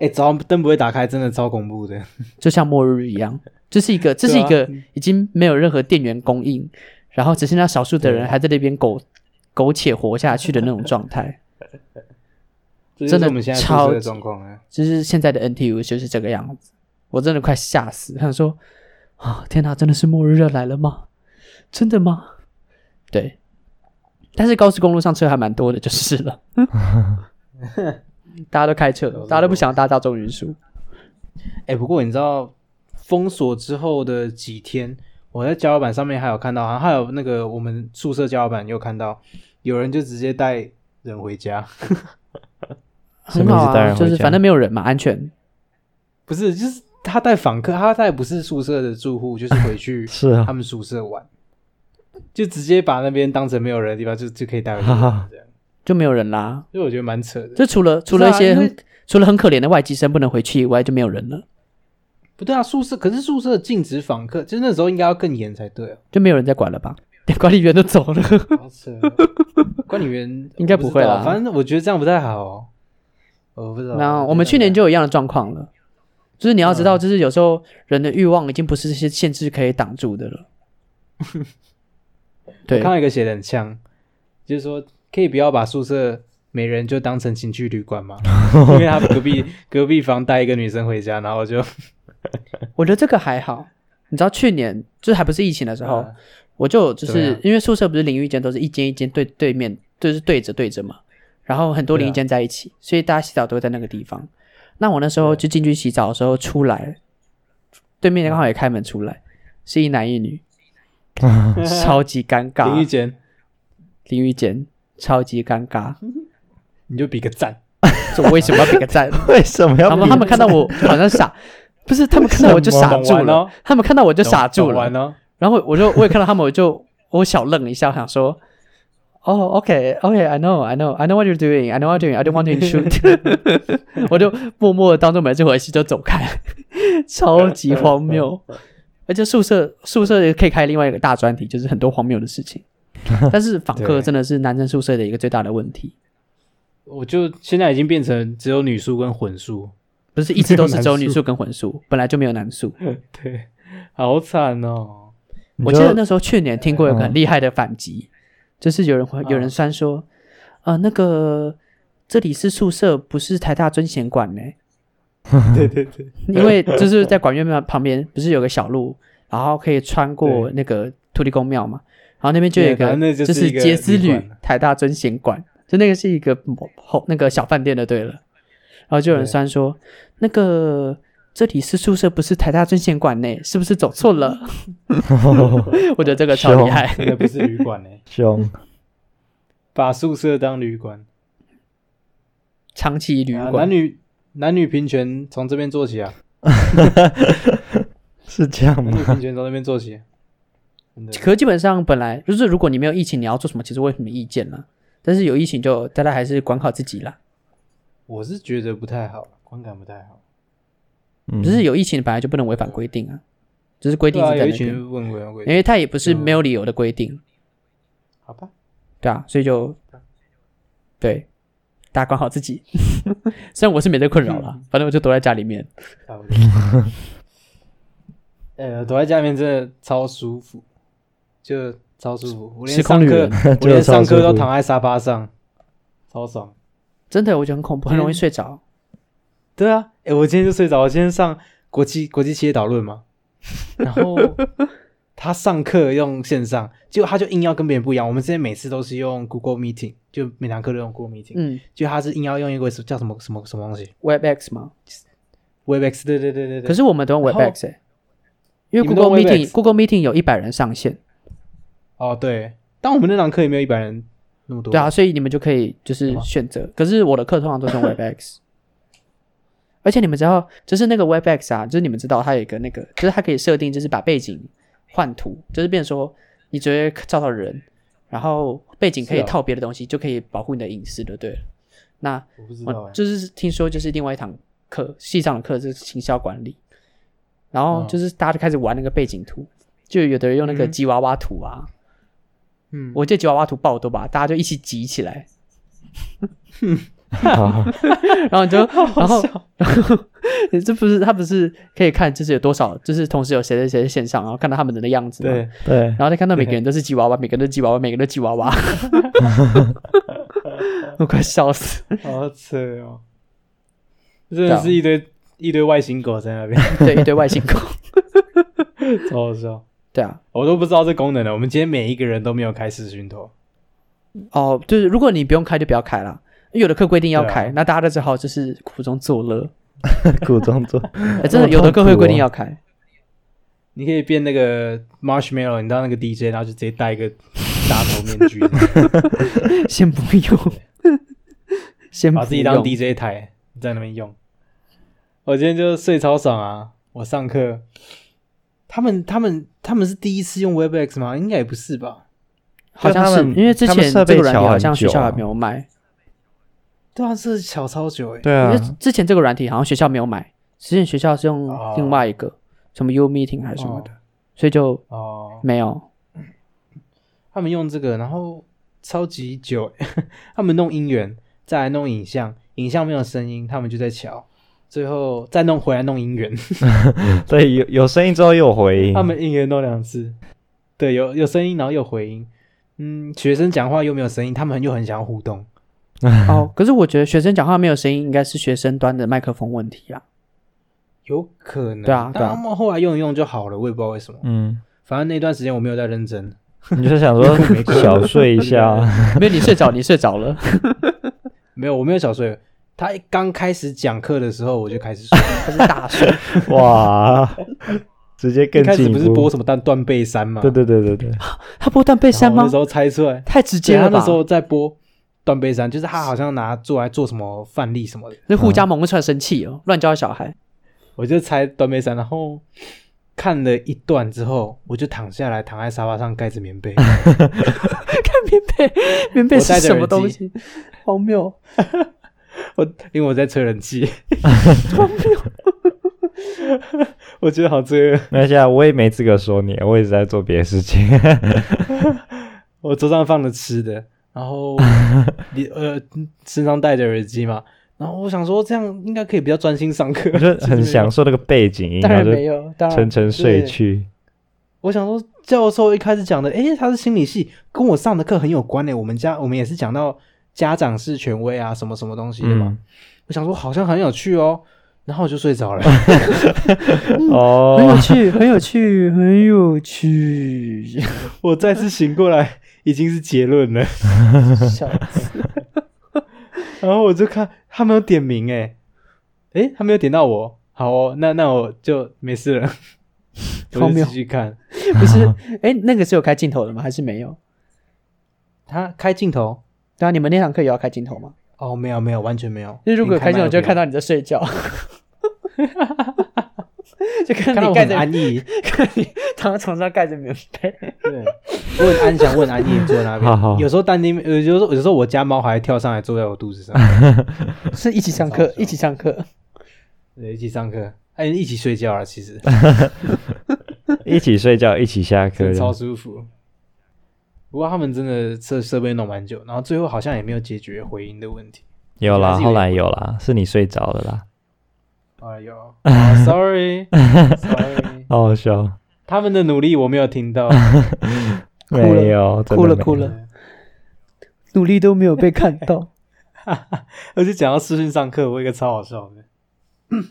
Speaker 2: 哎、早上灯不会打开，真的超恐怖的。
Speaker 1: 就像末日一样，这是一个这是一个已经没有任何电源供应，然后只剩下少数的人还在那边苟苟且活下去的那种状态。
Speaker 2: 这就
Speaker 1: 真
Speaker 2: 是
Speaker 1: 的
Speaker 2: 我们现在宿
Speaker 1: 超
Speaker 2: 舍的
Speaker 1: 级
Speaker 2: 状况啊。
Speaker 1: 就是现在的 NTU 就是这个样子，我真的快吓死，想说啊，天哪，真的是末日要来了吗？真的吗？对，但是高速公路上车还蛮多的，就是了。大家都开车，大家都不想搭大众运输。
Speaker 2: 哎、不过你知道封锁之后的几天，我在交流板上面还有看到，好像还有那个我们宿舍交流板有看到，有人就直接带人回家，
Speaker 3: 什
Speaker 1: 很
Speaker 3: 么意思
Speaker 1: 好
Speaker 3: 当
Speaker 1: 啊，
Speaker 3: 然会
Speaker 1: 就是
Speaker 3: 这样
Speaker 1: 反正没有人嘛，安全。
Speaker 2: 不是，就是他带访客，他带不是宿舍的住户，就是回去
Speaker 3: 是啊
Speaker 2: 他们宿舍玩，就直接把那边当成没有人的地方，就就可以带回去这样，
Speaker 1: 就没有人啦。
Speaker 2: 所以我觉得蛮扯的。
Speaker 1: 就除了除
Speaker 2: 不是
Speaker 1: 了
Speaker 2: 啊
Speaker 1: 一些
Speaker 2: 因为
Speaker 1: 很除了很可怜的外籍生不能回去以外，就没有人了，
Speaker 2: 不对啊，宿舍可是宿舍禁止访客，就是那时候应该要更严才对啊。
Speaker 1: 就没有人在管了吧？ 连管理员都走了，
Speaker 2: 好扯哦，管理员
Speaker 1: 应该不会啦
Speaker 2: 我知道反正我觉得这样不太好哦。我不知道。
Speaker 1: 那
Speaker 2: 觉得
Speaker 1: 我们去年
Speaker 2: 这
Speaker 1: 就有一样的状况了，就是你要知道，就是有时候人的欲望已经不是这些限制可以挡住的了。对
Speaker 2: 样看，到一个写的很呛，就是说可以不要把宿舍每人就当成情趣旅馆 嘛，因为他隔壁隔壁房带一个女生回家，然后 我就
Speaker 1: 我觉得这个还好。你知道去年就是还不是疫情的时
Speaker 2: 啊
Speaker 1: 候，我就有就
Speaker 2: 怎么
Speaker 1: 是
Speaker 2: 样
Speaker 1: 因为宿舍不是淋浴间都是一间一间对对面，就是对着对着嘛，然后很多
Speaker 2: 对啊
Speaker 1: 淋浴间在一起，所以大家洗澡都会在那个地方。那我那时候就进去洗澡的时候出来，对面刚好也开门出来，是一男一 女，超级尴尬。
Speaker 2: 淋浴间
Speaker 1: 淋浴间超级尴 尬，
Speaker 2: 你就比个赞，
Speaker 1: 说我为什么要比个 赞？
Speaker 3: 为什么要
Speaker 1: 他们
Speaker 3: 比
Speaker 1: 他们看到我好像傻，不是他们看到 我就
Speaker 3: 为什
Speaker 1: 傻
Speaker 3: 么
Speaker 1: 住
Speaker 2: 懂玩
Speaker 1: 了
Speaker 2: 哦，
Speaker 1: 他们看到我就
Speaker 2: 就
Speaker 1: 傻住了
Speaker 2: 玩，哦。
Speaker 1: 然后我就我也看到他们，我就我小愣一下，我想说，哦、o k o k i know，I know，I know what you're doing，I know what you're doing，I don't want to shoot，我 就默默的当做没这回事就走开， 超级荒谬。而且宿舍宿舍也可以开另外一个大专题，就是很多荒谬的事 情。但是访客
Speaker 2: 对
Speaker 1: 真的是男生宿舍的一个最大的问题，
Speaker 2: 我就现在已经变成只有女宿跟混宿，
Speaker 1: 不是一直都是只有
Speaker 2: 没有男宿
Speaker 1: 女宿跟混宿，本来就没有男宿。
Speaker 2: 对，好惨 哦。
Speaker 3: 你
Speaker 1: 我
Speaker 3: 就
Speaker 1: 记得那时候去年听过有个很
Speaker 3: 嗯
Speaker 1: 厉害的反击，就是有人会有人
Speaker 2: 嗯
Speaker 1: 酸说，啊、那个这里是宿舍，不是台大尊贤馆呢、
Speaker 2: 对对对，
Speaker 1: 因为就是在管院庙旁边不是有个小路，然后可以穿过
Speaker 2: 对
Speaker 1: 那个土地公庙嘛，然后那边就有一
Speaker 2: 对
Speaker 1: 个
Speaker 2: 反正那就是是一个
Speaker 1: 杰斯
Speaker 2: 旅
Speaker 1: 旅
Speaker 2: 馆
Speaker 1: 台大尊贤馆，就那个是一个后那个小饭店的，对了。然后就有人
Speaker 2: 对
Speaker 1: 酸说，那个这里是宿舍，不是台大尊贤馆呢，是不是走错了？ 我觉得这个超厉害。
Speaker 2: 真的不是旅馆呢、
Speaker 3: 哦凶，
Speaker 2: 把宿舍当旅馆。
Speaker 1: 长期旅
Speaker 2: 啊
Speaker 1: 馆，
Speaker 2: 男女男女平权从这边做起 啊，
Speaker 3: 是这样
Speaker 2: 男女
Speaker 3: 吗？
Speaker 2: 平权从这边做起。啊真的
Speaker 1: 可基本上本来就是，如果你没有疫情，你要做什么，其实我也没意见啦。但是有疫情就大家还是管好自己啦。
Speaker 2: 我是觉得不太好，观感不太好。
Speaker 3: 嗯
Speaker 1: 只是有疫情本来就不能违反规定啊，就是规定
Speaker 2: 对啊，
Speaker 1: 是在
Speaker 2: 有一
Speaker 1: 那边，
Speaker 2: 群问委员会
Speaker 1: 因，为它也不是没有理由的规定，
Speaker 2: 好吧，
Speaker 1: 对啊，所以就对大家管好自己。 虽然我是没这困扰
Speaker 2: 嗯
Speaker 1: 啦，反正我就躲在家里面。
Speaker 2: 差不多。呃，躲在家里面真的超舒服，就超舒服。我连
Speaker 1: 时空
Speaker 2: 上
Speaker 1: 旅
Speaker 2: 课
Speaker 1: 人，
Speaker 2: 我连上课
Speaker 3: 就超舒
Speaker 2: 都
Speaker 3: 服
Speaker 2: 躺在沙发上，超爽。
Speaker 1: 真的，我觉得很恐怖，很容易睡着。
Speaker 2: 对啊，哎、我今天就睡着。我今天上国际国际企业导论嘛，然后他上课用线上，结果他就硬要跟别人不一样。我们之前每次都是用 Google Meeting，就每堂课都用 Google Meeting，、
Speaker 1: 嗯
Speaker 2: 就他是硬要用一个什叫什么什么什么东西
Speaker 1: ，WebEx 嘛，
Speaker 2: ，Webex，对对对对对。
Speaker 1: 可是我们都用
Speaker 2: 然后
Speaker 1: WebEx，、欸、因为
Speaker 2: 你们都
Speaker 1: Google
Speaker 2: 用
Speaker 1: Meeting
Speaker 2: WebEx
Speaker 1: Google Meeting 有一百人上限。
Speaker 2: 哦对，但我们那堂课也没有一百人那么多。
Speaker 1: 对啊，，所以你们就可以就是
Speaker 2: 吗
Speaker 1: 选择。可是我的课通常都是 用 WebEx，而且你们知道，就是那个 WebEx 啊，就是你们知道它有一个那个，就是它可以设定，就是把背景换图，就是变成说你直接照到人，然后背景可以
Speaker 2: 是啊
Speaker 1: 套别的东西，就可以保护你的隐私的，对了。那
Speaker 2: 我不知道
Speaker 1: 我
Speaker 2: 哎、
Speaker 1: 就是听说，就是另外一堂课，系上的课是行销管理，然后
Speaker 2: 嗯
Speaker 1: 就是大家就开始玩那个背景图，就有的人用那个
Speaker 2: 嗯
Speaker 1: 吉娃娃图啊，
Speaker 2: 嗯，
Speaker 1: 我记得吉娃娃图爆多吧，大家就一起集起来，
Speaker 3: 好
Speaker 1: 然后你就，然后
Speaker 2: 好笑
Speaker 1: 这不是他不是可以看，就是有多少，就是同时有谁谁谁在线上，然后看到他们人的样子，，
Speaker 2: 对，
Speaker 3: 对
Speaker 1: 然后再看到每个人都是吉娃娃，每个人都是吉娃娃，每个人都是吉娃 娃，我快笑死。
Speaker 2: 好扯哦，真
Speaker 1: 啊
Speaker 2: 的是一堆一堆外星狗在那边，
Speaker 1: 对，一堆外星狗。
Speaker 2: 超好笑。
Speaker 1: 对啊，
Speaker 2: 我都不知道这功能了。我们今天每一个人都没有开视讯头，
Speaker 1: 哦，就是如果你不用开就不要开啦。有的课规定要开，
Speaker 2: 对啊
Speaker 1: 那大家都只好就是苦中作乐。
Speaker 3: 苦中作，
Speaker 1: 哎真的，
Speaker 3: 好
Speaker 1: 有的课
Speaker 3: 痛苦
Speaker 1: 会规定
Speaker 3: 哦
Speaker 1: 要开，
Speaker 2: 你可以变那个 marshmallow，你当那个 DJ，然后就直接戴 一个大头面具，
Speaker 1: 先不用，先
Speaker 2: 把
Speaker 1: 不
Speaker 2: 自己当
Speaker 1: 用
Speaker 2: DJ 台在那边用。我今天就睡超爽啊！我上课，他们他们他们是第一次用 WebEx 吗？应该也不是吧？
Speaker 1: 好像
Speaker 3: 就是他们
Speaker 1: 因为之
Speaker 3: 他们
Speaker 1: 前
Speaker 3: 设
Speaker 1: 这
Speaker 3: 备
Speaker 1: 个软体
Speaker 3: 调
Speaker 1: 好
Speaker 3: 很
Speaker 1: 像学
Speaker 3: 久
Speaker 1: 校还
Speaker 3: 啊
Speaker 1: 没有卖，
Speaker 2: 对啊，这小超久哎、
Speaker 3: 对
Speaker 1: 因
Speaker 3: 啊
Speaker 1: 为，之前这个软体好像学校没有买，之前学校是用
Speaker 2: 哦
Speaker 1: 另外一个、什么 U Meeting 还是什么的，所以就
Speaker 2: 哦，
Speaker 1: 没 有。
Speaker 2: 他们用这个，然后超级久欸， 他们弄音源，再来弄影像，影像没有声音，他们就在瞧，最后再弄回来弄音源，
Speaker 3: 对有有声音之后又有回音
Speaker 2: 他，们音源弄两次，对，有有声音，然后有回音，嗯，学生讲话又没有声音，他们又很想要互动，
Speaker 1: 哦，可是我觉得学生讲话没有声音，应该是学生端的麦克风问题啊。
Speaker 2: 有可能，
Speaker 1: 对啊对
Speaker 2: 但
Speaker 1: 啊
Speaker 2: 他们后来用一用就好了，我也不知道为什么，
Speaker 3: 嗯，
Speaker 2: 反正那段时间我没有在认真，
Speaker 3: 你就想说小睡一下，
Speaker 1: 没有，你睡着，你睡着 了。
Speaker 2: 没有，我没有小睡。他一刚开始讲课的时候，我就开始睡。
Speaker 1: 他是大睡，
Speaker 3: 哇，直接
Speaker 2: 一
Speaker 3: 更
Speaker 2: 开始
Speaker 3: 进
Speaker 2: 不
Speaker 3: 一
Speaker 2: 是播啊
Speaker 3: 步，
Speaker 2: 什么断断背山嘛？
Speaker 3: 对对对对对，
Speaker 1: 他播断背
Speaker 2: 然
Speaker 1: 山
Speaker 2: 后我
Speaker 1: 吗
Speaker 2: 那时？候猜出来，
Speaker 1: 太直接
Speaker 2: 对，他
Speaker 1: 了
Speaker 2: 那
Speaker 1: 吧
Speaker 2: 时！候在播《断背山》，就是他好像拿做来做什么范例什么的，
Speaker 1: 那互
Speaker 2: 嗯
Speaker 1: 加盟会出来生气哦，乱教小孩。
Speaker 2: 我就猜《断背山》，然后看了一段之后，我就躺下来，躺在沙发上盖着 棉被，
Speaker 1: 看棉被，棉被
Speaker 2: 我
Speaker 1: 是
Speaker 2: 戴着
Speaker 1: 什么
Speaker 2: 耳
Speaker 1: 东
Speaker 2: 机
Speaker 1: 西？荒谬！
Speaker 2: 我因为我在吹冷 气，我觉得好罪恶。
Speaker 3: 那现在我也没资格说你，我也是在做别的事 情，
Speaker 2: 我桌上放着吃的，然 后你呃身上戴着耳机嘛，然后我想说这样应该可以比较专心上课，
Speaker 3: 我就很享受那个背景音，
Speaker 1: 当
Speaker 3: 然
Speaker 1: 然
Speaker 3: 后
Speaker 1: 没
Speaker 3: 就
Speaker 1: 有，啊当然
Speaker 3: 沉沉睡去，
Speaker 2: 我想说，教授一开始讲的，诶，他是心理系，跟我上的课很有关诶。我们家我们也是讲到家长是权威啊，什么什么东西的嘛。
Speaker 3: 嗯，
Speaker 2: 我想说好像很有趣哦，然后我就睡着了。
Speaker 1: 很有
Speaker 3: 哦，
Speaker 1: 趣，很有趣，很有 趣。
Speaker 2: 我再次醒过来，已经是结论了。
Speaker 1: 笑死！
Speaker 2: 然后我就看他没有点名诶，诶，他没有点到我，好哦，那那我就没事了，我
Speaker 1: 荒
Speaker 2: 就
Speaker 1: 谬
Speaker 2: 继续看。
Speaker 1: 不是，哎，那个是有开镜头的吗？还是没有？
Speaker 2: 他开镜头
Speaker 1: 对啊，你们那堂课也要开镜头吗？
Speaker 2: 哦，没有没有，完全没有。
Speaker 1: 因为如果有开镜头，就会看
Speaker 2: 到
Speaker 1: 到你在睡觉， 就看
Speaker 2: 看
Speaker 1: 到
Speaker 2: 到
Speaker 1: 你
Speaker 2: 我
Speaker 1: 盖
Speaker 2: 很
Speaker 1: 着
Speaker 2: 安逸，
Speaker 1: 看你躺在床上盖着棉被。
Speaker 2: 对，我很安详，我很安逸地坐在那边。
Speaker 3: 好好
Speaker 2: 有时候丹丁，有时候有时候我家猫还跳上来坐在我肚子上，
Speaker 1: 是一起上
Speaker 2: 很
Speaker 1: 课
Speaker 2: 好，笑
Speaker 1: 一起上课。
Speaker 2: 对一起上课，哎，一起睡觉了，其实
Speaker 3: 一起睡觉，一起下课
Speaker 2: 真的，超舒服。不过他们真的设设备弄蛮久，然后最后好像也没有解决回音的问题。
Speaker 3: 有啦，
Speaker 2: 还是有
Speaker 3: 后来有啦，是你睡着了啦，
Speaker 2: 哎呦、啊，sorry，sorry，
Speaker 3: 好好笑，
Speaker 2: 他们的努力我没有听到，
Speaker 1: 哭了
Speaker 3: 没有，真的
Speaker 1: 哭了
Speaker 3: 没有
Speaker 1: 哭了努力都没有被看到。
Speaker 2: 而且讲到视讯上课，我有一个超好笑的，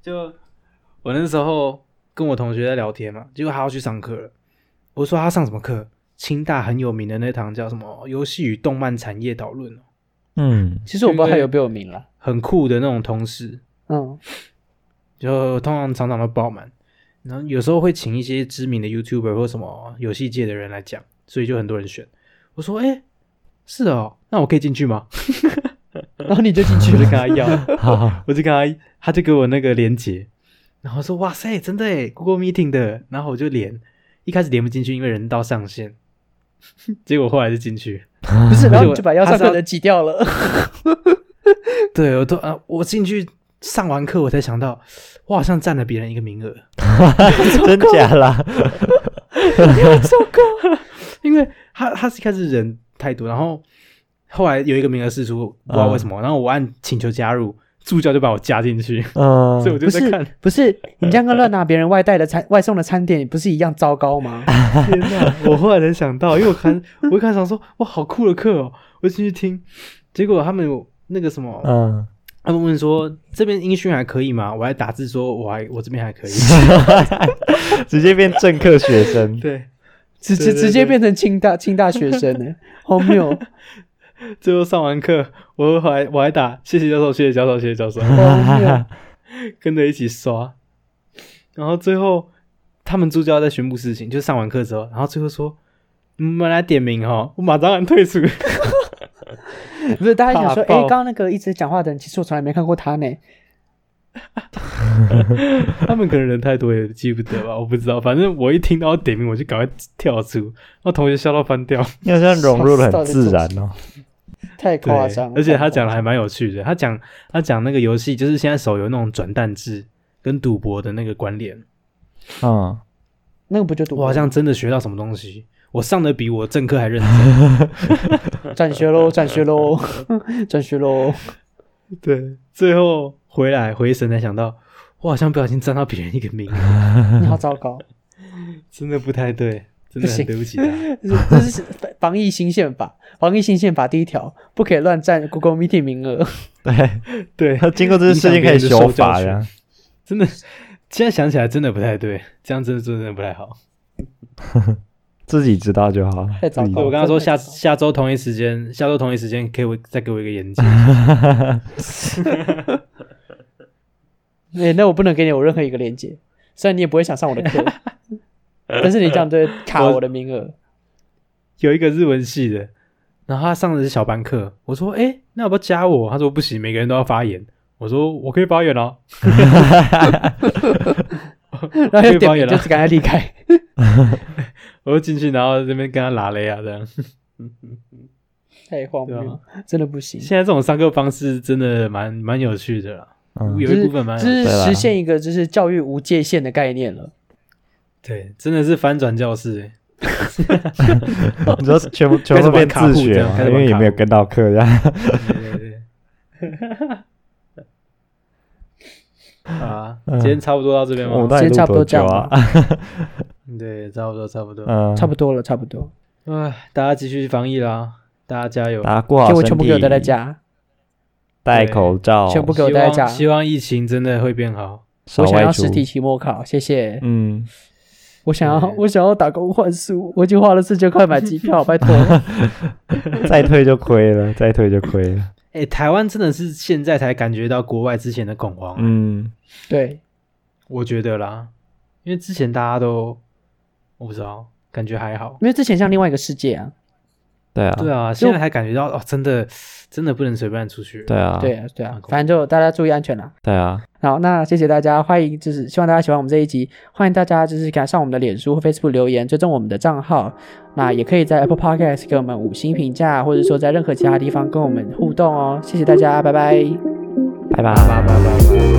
Speaker 2: 就我那时候跟我同学在聊天嘛，结果他要去上课了，我说他上什么课？清大很有名的那堂叫什么《游戏与动漫产业导论》哦，
Speaker 3: 嗯，
Speaker 1: 其实我不知道他有没有名了。
Speaker 2: 很酷的那种通识，
Speaker 1: 嗯，
Speaker 2: 就通常常常都爆满，然后有时候会请一些知名的 YouTuber 或什么游戏界的人来讲，所以就很多人选。我说，哎、是哦，那我可以进去吗？
Speaker 1: 然后你就进去
Speaker 2: 我就
Speaker 1: 了
Speaker 2: 跟。他要，
Speaker 3: 好好，
Speaker 2: 我就跟他，他就给我那个连接，然后说哇塞，真的诶 g o o g l e Meeting 的，然后我就连，一开始连不进去，因为人到上线， 结果后来就进去，
Speaker 1: 不是，然后
Speaker 2: 而且
Speaker 1: 你
Speaker 2: 我
Speaker 1: 就把要上课
Speaker 2: 他
Speaker 1: 的
Speaker 2: 是要
Speaker 1: 人挤掉了。
Speaker 2: 对我都啊，我进去上完课我才想到，我好像占了别人一个名额，
Speaker 3: 真假啦，
Speaker 2: 因为他他是一开始嗯人太多，然后后来有一个名额试出，不知道为什么，然后我按请求加入，助教就把我加进去，
Speaker 3: 嗯
Speaker 2: 所以 我就在看。
Speaker 1: 不是你这样跟乱拿别人外带的餐、外送的餐点，不是一样糟糕 吗？
Speaker 2: 天哪！我忽然能想到，因为我看，我一看想说，哇，好酷的课哦，我就进去听，结果他们有那个什么，
Speaker 3: 嗯，
Speaker 2: 他们问说这边音讯还可以吗？我还打字说我还我这边还 可以，，
Speaker 3: 直接变政客学 生
Speaker 2: 对，
Speaker 1: 直
Speaker 2: 对
Speaker 1: 直
Speaker 2: 对
Speaker 1: 直接
Speaker 2: 对
Speaker 1: 变成清大清大学生 呢，荒谬！
Speaker 2: 最后上完课，我还我还打谢谢教授，谢谢教授，谢谢教授，
Speaker 1: 荒谬！
Speaker 2: 跟着一起刷，然后最后他们助教在宣布事情，就上完课之后，然后最后说。你们来点名哈，我马上按退出。
Speaker 1: 不是大家想说，
Speaker 2: 怕
Speaker 1: 哎、
Speaker 2: 爆
Speaker 1: 刚刚那个一直讲话的人，其实我从来没看过他呢。
Speaker 2: 他们可能人太多也记不得吧，我不知道。反正我一听到点名，我就赶快跳出，然后同学笑到翻 掉。
Speaker 3: 你好像融入的很自然哦。
Speaker 1: 太
Speaker 2: 对
Speaker 1: 夸张，了，
Speaker 2: 而且
Speaker 1: 太夸
Speaker 2: 他讲
Speaker 1: 张
Speaker 2: 的还蛮有趣的。他讲他讲那个游戏，就是现在手游那种转蛋制跟赌博的那个关联。
Speaker 3: 嗯，
Speaker 1: 那个不就赌博
Speaker 2: 我好像真的学到什么东西，我上的比我政课还认真。
Speaker 1: 转学 喽，转学喽， 转学喽！
Speaker 2: 对，最后回来回神才想到，我好像不小心占到别人一个名额，
Speaker 1: 你好糟糕，
Speaker 2: 真的不太对，真的
Speaker 1: 不行
Speaker 2: 很对不起他。
Speaker 1: 这是这是防疫新宪法， 防疫新宪法第一条，不可以乱占 Google Meeting 名额。
Speaker 3: 对，
Speaker 2: 对，
Speaker 3: 他嗯经过这次事情可以修法
Speaker 2: 影响别人的受教
Speaker 3: 呀。
Speaker 2: 真的，现在想起来真的不太对，这样真的真的不太好。
Speaker 3: 自己知道就好。
Speaker 1: 太糟糕
Speaker 3: 自己
Speaker 2: 对我刚刚说下
Speaker 1: 真的
Speaker 2: 下周同一时间，下周同一时间可以我再给我一个眼镜。
Speaker 1: 哎、那我不能给你我任何一个链接，虽然你也不会想上我的 课，但是你这样对卡
Speaker 2: 我
Speaker 1: 我的名额。
Speaker 2: 有一个日文系的，然后他上的是小班课，我说：“哎、那要不要加我？”他说：“不行，每个人都要发言。”我说：“我可以发言啊。
Speaker 1: 然后
Speaker 2: 被
Speaker 1: 就点
Speaker 2: 包
Speaker 1: 名
Speaker 2: 圆
Speaker 1: 就
Speaker 2: 了
Speaker 1: 是赶快离开。”
Speaker 2: 我就进去，然后这边跟他拉雷啊，这样。
Speaker 1: 太荒
Speaker 2: 对
Speaker 1: 谬
Speaker 2: 啊，
Speaker 1: 真的不行。
Speaker 2: 现在这种上课方式真的蛮蛮有趣的啦，
Speaker 3: 嗯
Speaker 2: 有
Speaker 1: 就是
Speaker 2: 一部分蛮有
Speaker 1: 这
Speaker 2: 趣的
Speaker 1: 是
Speaker 3: 对啦
Speaker 1: 实现一个就是教育无界限的概念了。
Speaker 2: 对，真的是翻转教室、 欸
Speaker 3: 你说全部全部变自学嘛，
Speaker 2: 开始玩卡户这样开始玩
Speaker 3: 因为也没有跟到课，这样
Speaker 2: 对对对。好啊，今天差不多到这边
Speaker 3: 嗯我们
Speaker 2: 吗？
Speaker 3: 到底
Speaker 1: 时间差
Speaker 3: 录
Speaker 1: 不多
Speaker 3: 多
Speaker 1: 这
Speaker 3: 久
Speaker 1: 样
Speaker 3: 啊？
Speaker 2: 对，差不多，差不多。
Speaker 3: 嗯，
Speaker 1: 差不多了，差不多。
Speaker 2: 唉，大家继续防疫啦，大家加油。
Speaker 3: 大家过
Speaker 1: 结
Speaker 3: 好身
Speaker 1: 果
Speaker 3: 体，
Speaker 1: 全部给我待在家，
Speaker 3: 戴口罩，
Speaker 1: 全部给
Speaker 2: 希
Speaker 1: 我
Speaker 2: 望
Speaker 1: 待在家。
Speaker 2: 希望疫情真的会变好。
Speaker 3: 少
Speaker 1: 我想
Speaker 3: 外
Speaker 1: 要
Speaker 3: 出
Speaker 1: 实体期末考，谢谢。
Speaker 3: 嗯，
Speaker 1: 我想要
Speaker 2: 对
Speaker 1: 我想要打工换宿，我已经花了四千块买机票，拜托。
Speaker 3: 再退就亏了，再退就亏了。
Speaker 2: 哎、台湾真的是现在才感觉到国外之前的恐慌，
Speaker 3: 嗯，
Speaker 1: 对，
Speaker 2: 我觉得啦，因为之前大家都我不知道，感觉还好。
Speaker 1: 因为之前像另外一个世界啊，
Speaker 3: 对啊，
Speaker 2: 对啊，现在才感觉到哦，真的真的不能随便出去。
Speaker 3: 对啊，
Speaker 1: 对啊对啊
Speaker 2: 嗯，
Speaker 1: 反正就大家注意安全啦。
Speaker 3: 对啊，
Speaker 1: 好，那谢谢大家，欢迎就是希望大家喜欢我们这一集，欢迎大家就是赶上我们的脸书或 Facebook 留言，追踪我们的账号，那也可以在 Apple Podcast 给我们五星评价，或者说在任何其他地方跟我们互动哦，谢谢大家，拜拜。
Speaker 3: 拜
Speaker 2: 拜
Speaker 3: 拜
Speaker 2: 拜拜拜拜拜。